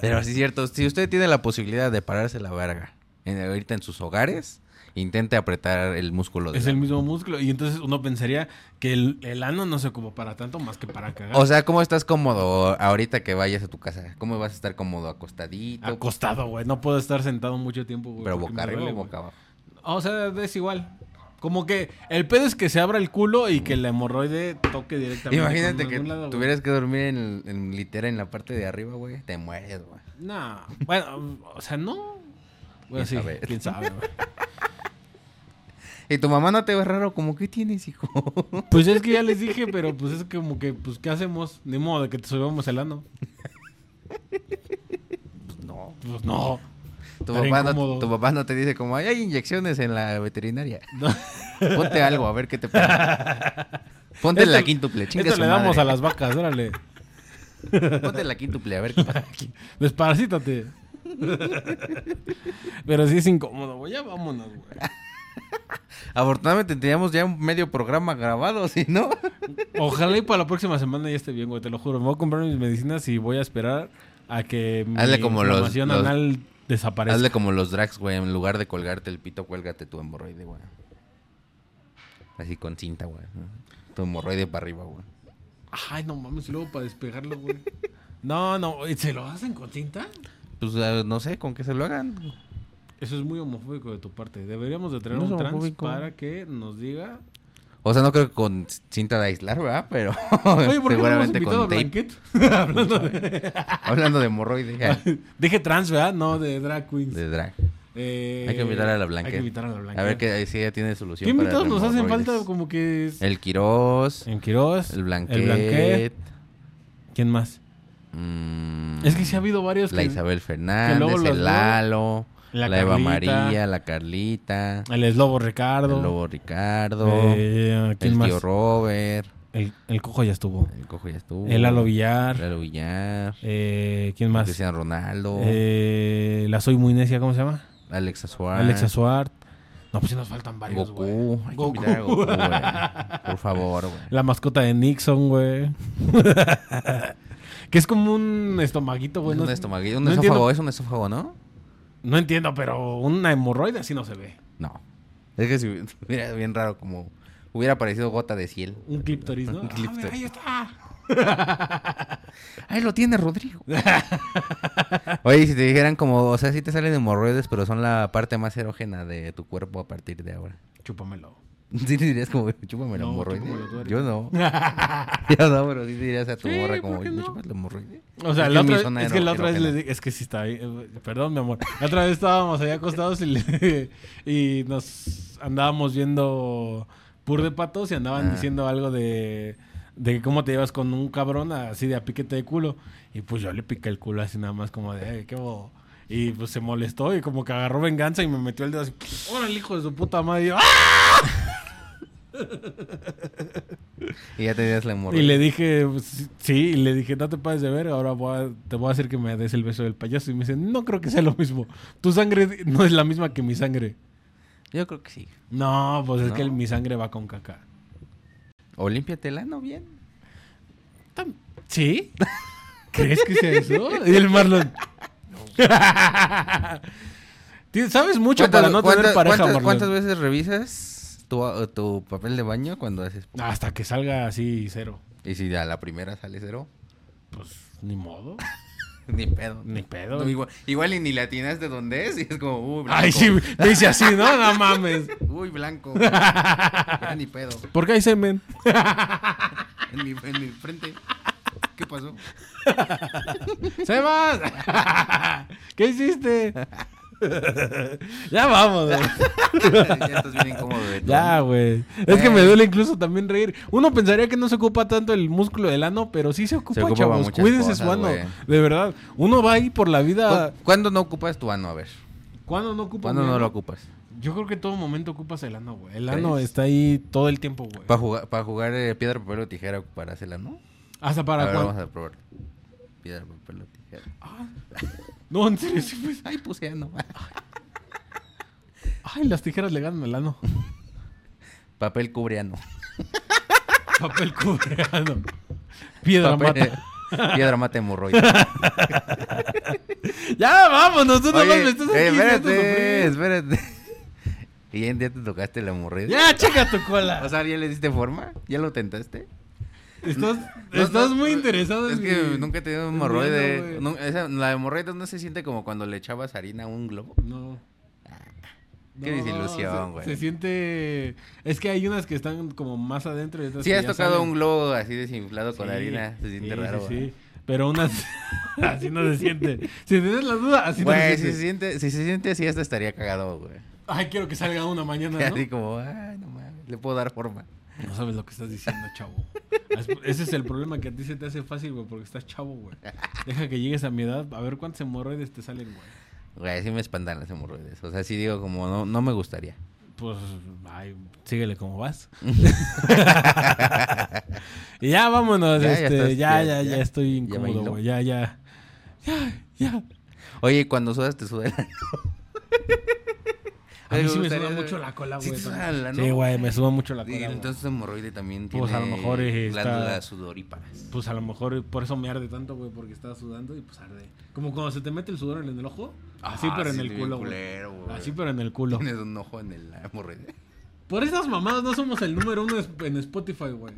Pero sí es cierto, si usted tiene la posibilidad de pararse la verga en, ahorita en sus hogares, intente apretar el músculo. del Es el mismo músculo. Y entonces uno pensaría que el, el ano no se ocupa para tanto más que para cagar. O sea, ¿cómo estás cómodo ahorita que vayas a tu casa? ¿Cómo vas a estar cómodo? ¿Acostadito? Acostado, güey. No puedo estar sentado mucho tiempo, güey. ¿Pero Ah, porque boca me arriba duele, o güey. boca abajo? O sea, es igual. Como que el pedo es que se abra el culo y que la hemorroide toque directamente. Imagínate con que algún lado, güey. tuvieras que dormir en, el- en litera en la parte de arriba, güey. Te mueres, güey. No. Bueno, o sea, no. Quién Bueno, sí, sabe. quién sabe, güey. Y tu mamá no te ve raro, como, ¿qué tienes, hijo? Pues es que ya les dije, pero pues es como que, pues, ¿qué hacemos? Ni modo de que te subamos el ano. no. Pues no. Tu Estaría papá, no, incómodo. tu papá no te dice, como, "Ay, hay inyecciones en la veterinaria. No. Ponte algo, a ver qué te pasa. Ponte la Esto- quíntuple, chinga Esto su le damos madre. a las vacas, órale. Ponte la quíntuple, a ver qué pasa. Desparasítate. Pero sí es incómodo, güey. Ya vámonos, güey. Afortunadamente teníamos ya un medio programa grabado, si no? Ojalá y para la próxima semana ya esté bien, güey. Te lo juro. Me voy a comprar mis medicinas y voy a esperar a que mi Hazle como los- inflamación los- anal desaparezca. Hazle como los drags, güey. En lugar de colgarte el pito, cuélgate tu hemorroide, güey. Así con cinta, güey. Tu hemorroide para arriba, güey. Ay, no mames. y Luego para despegarlo, güey. No, no. ¿Se lo hacen con tinta? Pues eh, no sé con qué se lo hagan. Eso es muy homofóbico de tu parte. Deberíamos de traer No es un trans homofóbico. para que nos diga... O sea, no creo que con cinta de aislar, ¿verdad? Pero Oye, ¿por qué no hemos seguramente invitado a con tape. Blanquet? Hablando de... Hablando de hemorroide Dije trans, ¿verdad? No, de drag queens. Eh. de drag. Eh, Hay que invitar a la Hay Blanquet. que invitar a la Blanquet. A ver que, si ella tiene solución. ¿Qué para invitados nos hacen hemorroides. falta? Como que es... El Quirós, En Quirós. el Blanquet. El Blanquet. ¿Quién más? mm, Es que sí ha habido varios La que... Isabel Fernández, los el dos- Lalo, la, La Eva Carlita. María, la Carlita, El Eslobo Ricardo. el Lobo Ricardo, Eh, ¿Quién el más? tío Robert. El, el Cojo ya estuvo. El cojo ya estuvo. El Lalo Villar. Lalo Villar. Eh, ¿Quién más? Cristiano Ronaldo. Eh, la Soy Muy Necia, ¿cómo se llama? Alexa Suárez. Alexa Suart. No, pues sí nos faltan varios, güey. eh. Goku. Hay que Goku. invitar a Goku, güey. Por favor, güey. La mascota de Nixon, güey. que es como un estomaguito, güey. es un no- estomaguillo, un no entiendo. esófago, es un esófago, ¿no? No entiendo, pero una hemorroida así no se ve. No. Es que si hubiera bien raro, como hubiera parecido gota de ciel. Un clíptoris, ¿no? Un Ah, clíptoris. mira, ahí está. Ahí lo tiene Rodrigo. Oye, y si te dijeran como, o sea, sí te salen hemorroides, pero son la parte más erógena de tu cuerpo a partir de ahora. Chúpamelo. Sí te dirías como, chúpame la No, hemorroide. chúpamelo tú, Eric. Yo no. Yo no, pero sí te dirías a tu Sí, morra ¿por como, qué "Me no? chupas la hemorroide. O sea, Es la que mi otra, zona es que la ero- otra vez le erógena. di- es que sí está ahí, eh, perdón, mi amor. La otra vez estábamos allá acostados y, le- y nos andábamos viendo pur de patos y andaban Ah. diciendo algo de, de cómo te llevas con un cabrón así de a piquete de culo. Y pues yo le piqué el culo así nada más como de, "Ey, qué bobo". Y pues se molestó y como que agarró venganza y me metió el dedo así, órale, hijo de su puta madre. Y yo, "¡Ah!". Y ya te dirías la Y hemorroide. le dije, pues, sí, y le dije, no te pases de ver, ahora voy a- te voy a hacer que me des el beso del payaso. Y me dice, no creo que sea lo mismo. Tu sangre no es la misma que mi sangre. Yo creo que sí. No, pues es No. que el- mi sangre va con caca. O límpiate el ano bien. ¿Sí? ¿Crees que sea eso? Y el Marlon. Tien- Sabes mucho para no tener cuántas- pareja, cuántas- Marlon. ¿Cuántas veces revisas tu, tu papel de baño cuando haces popó? Hasta que salga así cero. Y si a la primera sale cero, Pues ni modo, ni pedo. ni pedo. No, igual, igual y ni le atinas de dónde es y es como, uy, blanco. Ay, sí, te dice así, ¿no? No mames. Uy, blanco. güey. Ya ni pedo. ¿Por qué hay semen? En mi, en mi frente. ¿Qué pasó? ¡Sebas! ¿Qué hiciste? ya vamos. güey. ya estás bien incómodo, güey. Eh. Ya, güey. Es que me duele incluso también reír. Uno pensaría que no se ocupa tanto el músculo del ano, pero sí se ocupa, ocupa para chavos. muchas Cuídense cosas, su ano. güey. De verdad. Uno va ahí por la vida. ¿Cu- ¿Cuándo no ocupas tu ano? A ver. ¿Cuándo no ocupa ¿Cuándo mi no ano? lo ocupas? Yo creo que en todo momento ocupas el ano, güey. El ano ¿Crees? está ahí todo el tiempo, güey. Para jugar, para jugar eh, piedra, papel o tijera ocuparás el ano. Hasta para a ver, cuando- vamos a probar. Piedra, papel o tijera. No, en serio, sí, pues. Ay, puse ano. Ay, las tijeras le ganan al ano. Papel cubre ano. Papel cubreano. Piedra Papel- eh, mata. piedra mata hemorroides. Ya, vámonos. Tú nomás Oye, me estás eh, aquí haciendo espérate, sufrir. espérate. ¿Y ya, ya te tocaste la hemorroide? Ya, checa tu O cola. sea, ¿ya le diste forma? ¿Ya lo tentaste? Estás, No, estás no, muy no, interesado. Es en que mi- nunca he tenido en mi ano, hemorroide. güey. Nu- esa- la hemorroide no se siente como cuando le echabas harina a un globo. No. Qué desilusión, se- güey. Se, siente. Es que hay unas que están como más adentro y otras Sí, que has ya tocado salen. un globo así desinflado con Sí, harina. Se siente sí, raro. Sí, güey. sí. Pero unas. así no se siente. Si tienes la duda, así no se Güey, si se siente, siente. si se siente así, hasta estaría cagado, güey. Ay, quiero que salga una mañana. ¿no? Así como, ay, no mames, le puedo dar forma. no sabes lo que estás diciendo, chavo. Es- Ese es el problema que a ti se te hace fácil, güey, porque estás chavo, güey. Deja que llegues a mi edad a ver cuántos hemorroides te salen, güey. Güey, sí me espantan las hemorroides. O sea, sí digo como, no, no me gustaría. Pues, ay, síguele como vas. y ya vámonos, Ya, ya este, ya, estás- ya, ya- ya, ya. estoy Ya bailó. incómodo, güey. Ya, ya. Ya, ya. Oye, ¿y cuando sudas te suda el ano? A mí sí me gustaría suda saber- mucho la cola, Sí güey. te suda el ano. Sí, güey, me suda mucho la Sí, cola. güey. entonces este hemorroide también tiene Pues, a lo mejor, eh, está- glándulas sudoríparas. Pues a lo mejor por eso me arde tanto, güey, porque estaba sudando y pues arde. Como cuando se te mete el sudor en el ojo. Así, Ah, pero en sí, el bien culo, güey. culero, güey. Así, pero en el culo. Tienes un ojo en el hemorroide. Por esas mamadas no somos el número uno es- en Spotify, güey.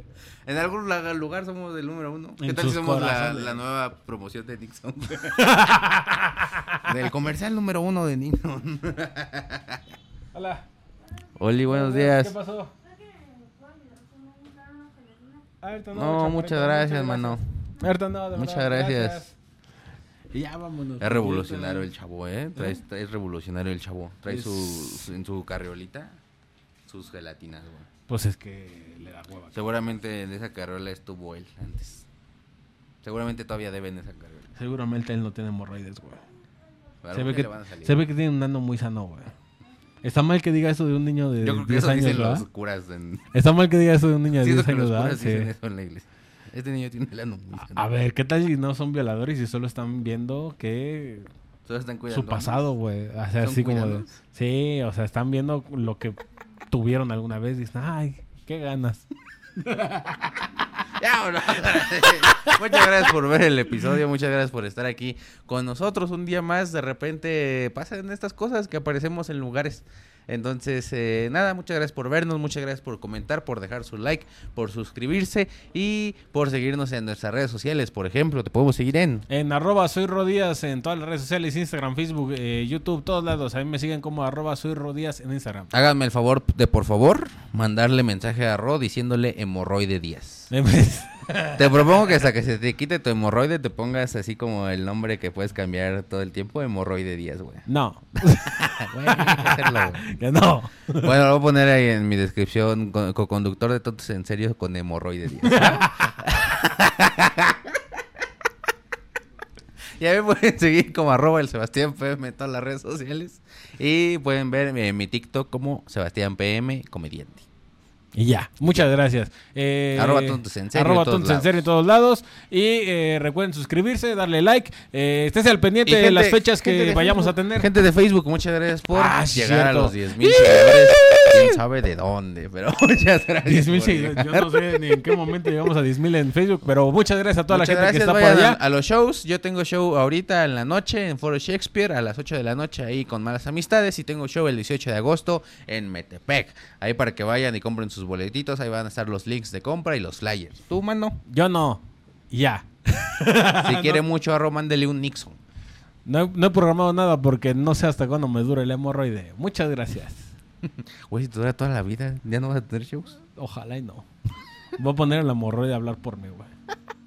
En algún la- lugar somos el número uno. ¿Qué En tal si sus somos la, corazones. la nueva promoción de Nixon? Del comercial número uno de Nixon. Hola. Oli, buenos ¿Qué días. pasó? Ah, Ahorita No, muchas gracias, mano. Ahorita no, de Muchas verdad, gracias. Y ya vámonos. Es revolucionario el chavo, ¿eh? Trae, trae- es revolucionario el chavo. Trae Es- su, su- en su carriolita sus gelatinas, güey. Pues es que le da hueva. Seguramente en esa carriola estuvo él antes. Seguramente todavía deben esa carriola. Seguramente él no tiene hemorroides, güey. Algún Se ve, día que, le van a salir. se ve que tiene un nano muy sano, güey. Está mal que diga eso de un niño de Yo creo que 10 eso años, dicen ¿verdad? los curas. En... Está mal que diga eso de un niño de Siento que 10 los años, ¿verdad? curas dicen Sí. eso en la iglesia. Este niño tiene el ano muy sano. A ver, ¿qué tal si no son violadores y solo están viendo que Solo están cuidando. su pasado, güey? O sea, ¿Son así como de... cuidados? Sí, o sea, están viendo lo que tuvieron alguna vez y dicen, ay, qué ganas. Ya, bueno. muchas gracias por ver el episodio, muchas gracias por estar aquí con nosotros un día más. De repente pasan estas cosas que aparecemos en lugares. Entonces, eh, nada, muchas gracias por vernos, muchas gracias por comentar, por dejar su like, por suscribirse y por seguirnos en nuestras redes sociales. Por ejemplo, te podemos seguir en... En arroba soy Rodías en todas las redes sociales, Instagram, Facebook, eh, YouTube, todos lados. A mí me siguen como arroba soy Rodías en Instagram. Háganme el favor de, por favor, mandarle mensaje a Ro diciéndole hemorroide Díaz. En vez- Te propongo que hasta que se te quite tu hemorroide te pongas así como el nombre que puedes cambiar todo el tiempo, hemorroide Díaz, güey. No, Ah, Güey, hay que hacerlo, güey. que no. Bueno, lo voy a poner ahí en mi descripción, co- co-conductor de todos en serio con hemorroides. Ya me pueden seguir como arroba el Sebastián PM en todas las redes sociales. Y pueden ver eh, mi TikTok como Sebastián PM Comediante. Y ya, muchas gracias. Eh, Arroba tontos en serio arroba en todos tontos en serio en todos lados. Y eh, recuerden suscribirse, darle like. Eh, estés al pendiente Y gente- de las fechas gente que de vayamos Facebook, a tener. Gente de Facebook, muchas gracias por Ah, llegar a cierto. los 10.000 seguidores. Quién sabe de dónde, pero muchas gracias. 10 mil por seguidores. Yo llegar. no sé ni en qué momento llegamos a 10 mil en Facebook, pero muchas gracias a toda Muchas la gente que está vayan por allá. A, a los shows, yo tengo show ahorita en la noche en Foro Shakespeare a las 8 de la noche ahí con Malas Amistades y tengo show el 18 de agosto en Metepec. Ahí para que vayan y compren sus boletitos, ahí van a estar los links de compra y los flyers. Tú, mano, Yo no. Ya. si quiere mucho a Román, dele un Nixon. No he, no he programado nada porque no sé hasta cuándo me dure el hemorroide. Muchas gracias. Güey, si te dura toda la vida, ¿ya no vas a tener shows? Ojalá y no. Voy a poner el hemorroide a hablar por mí, güey.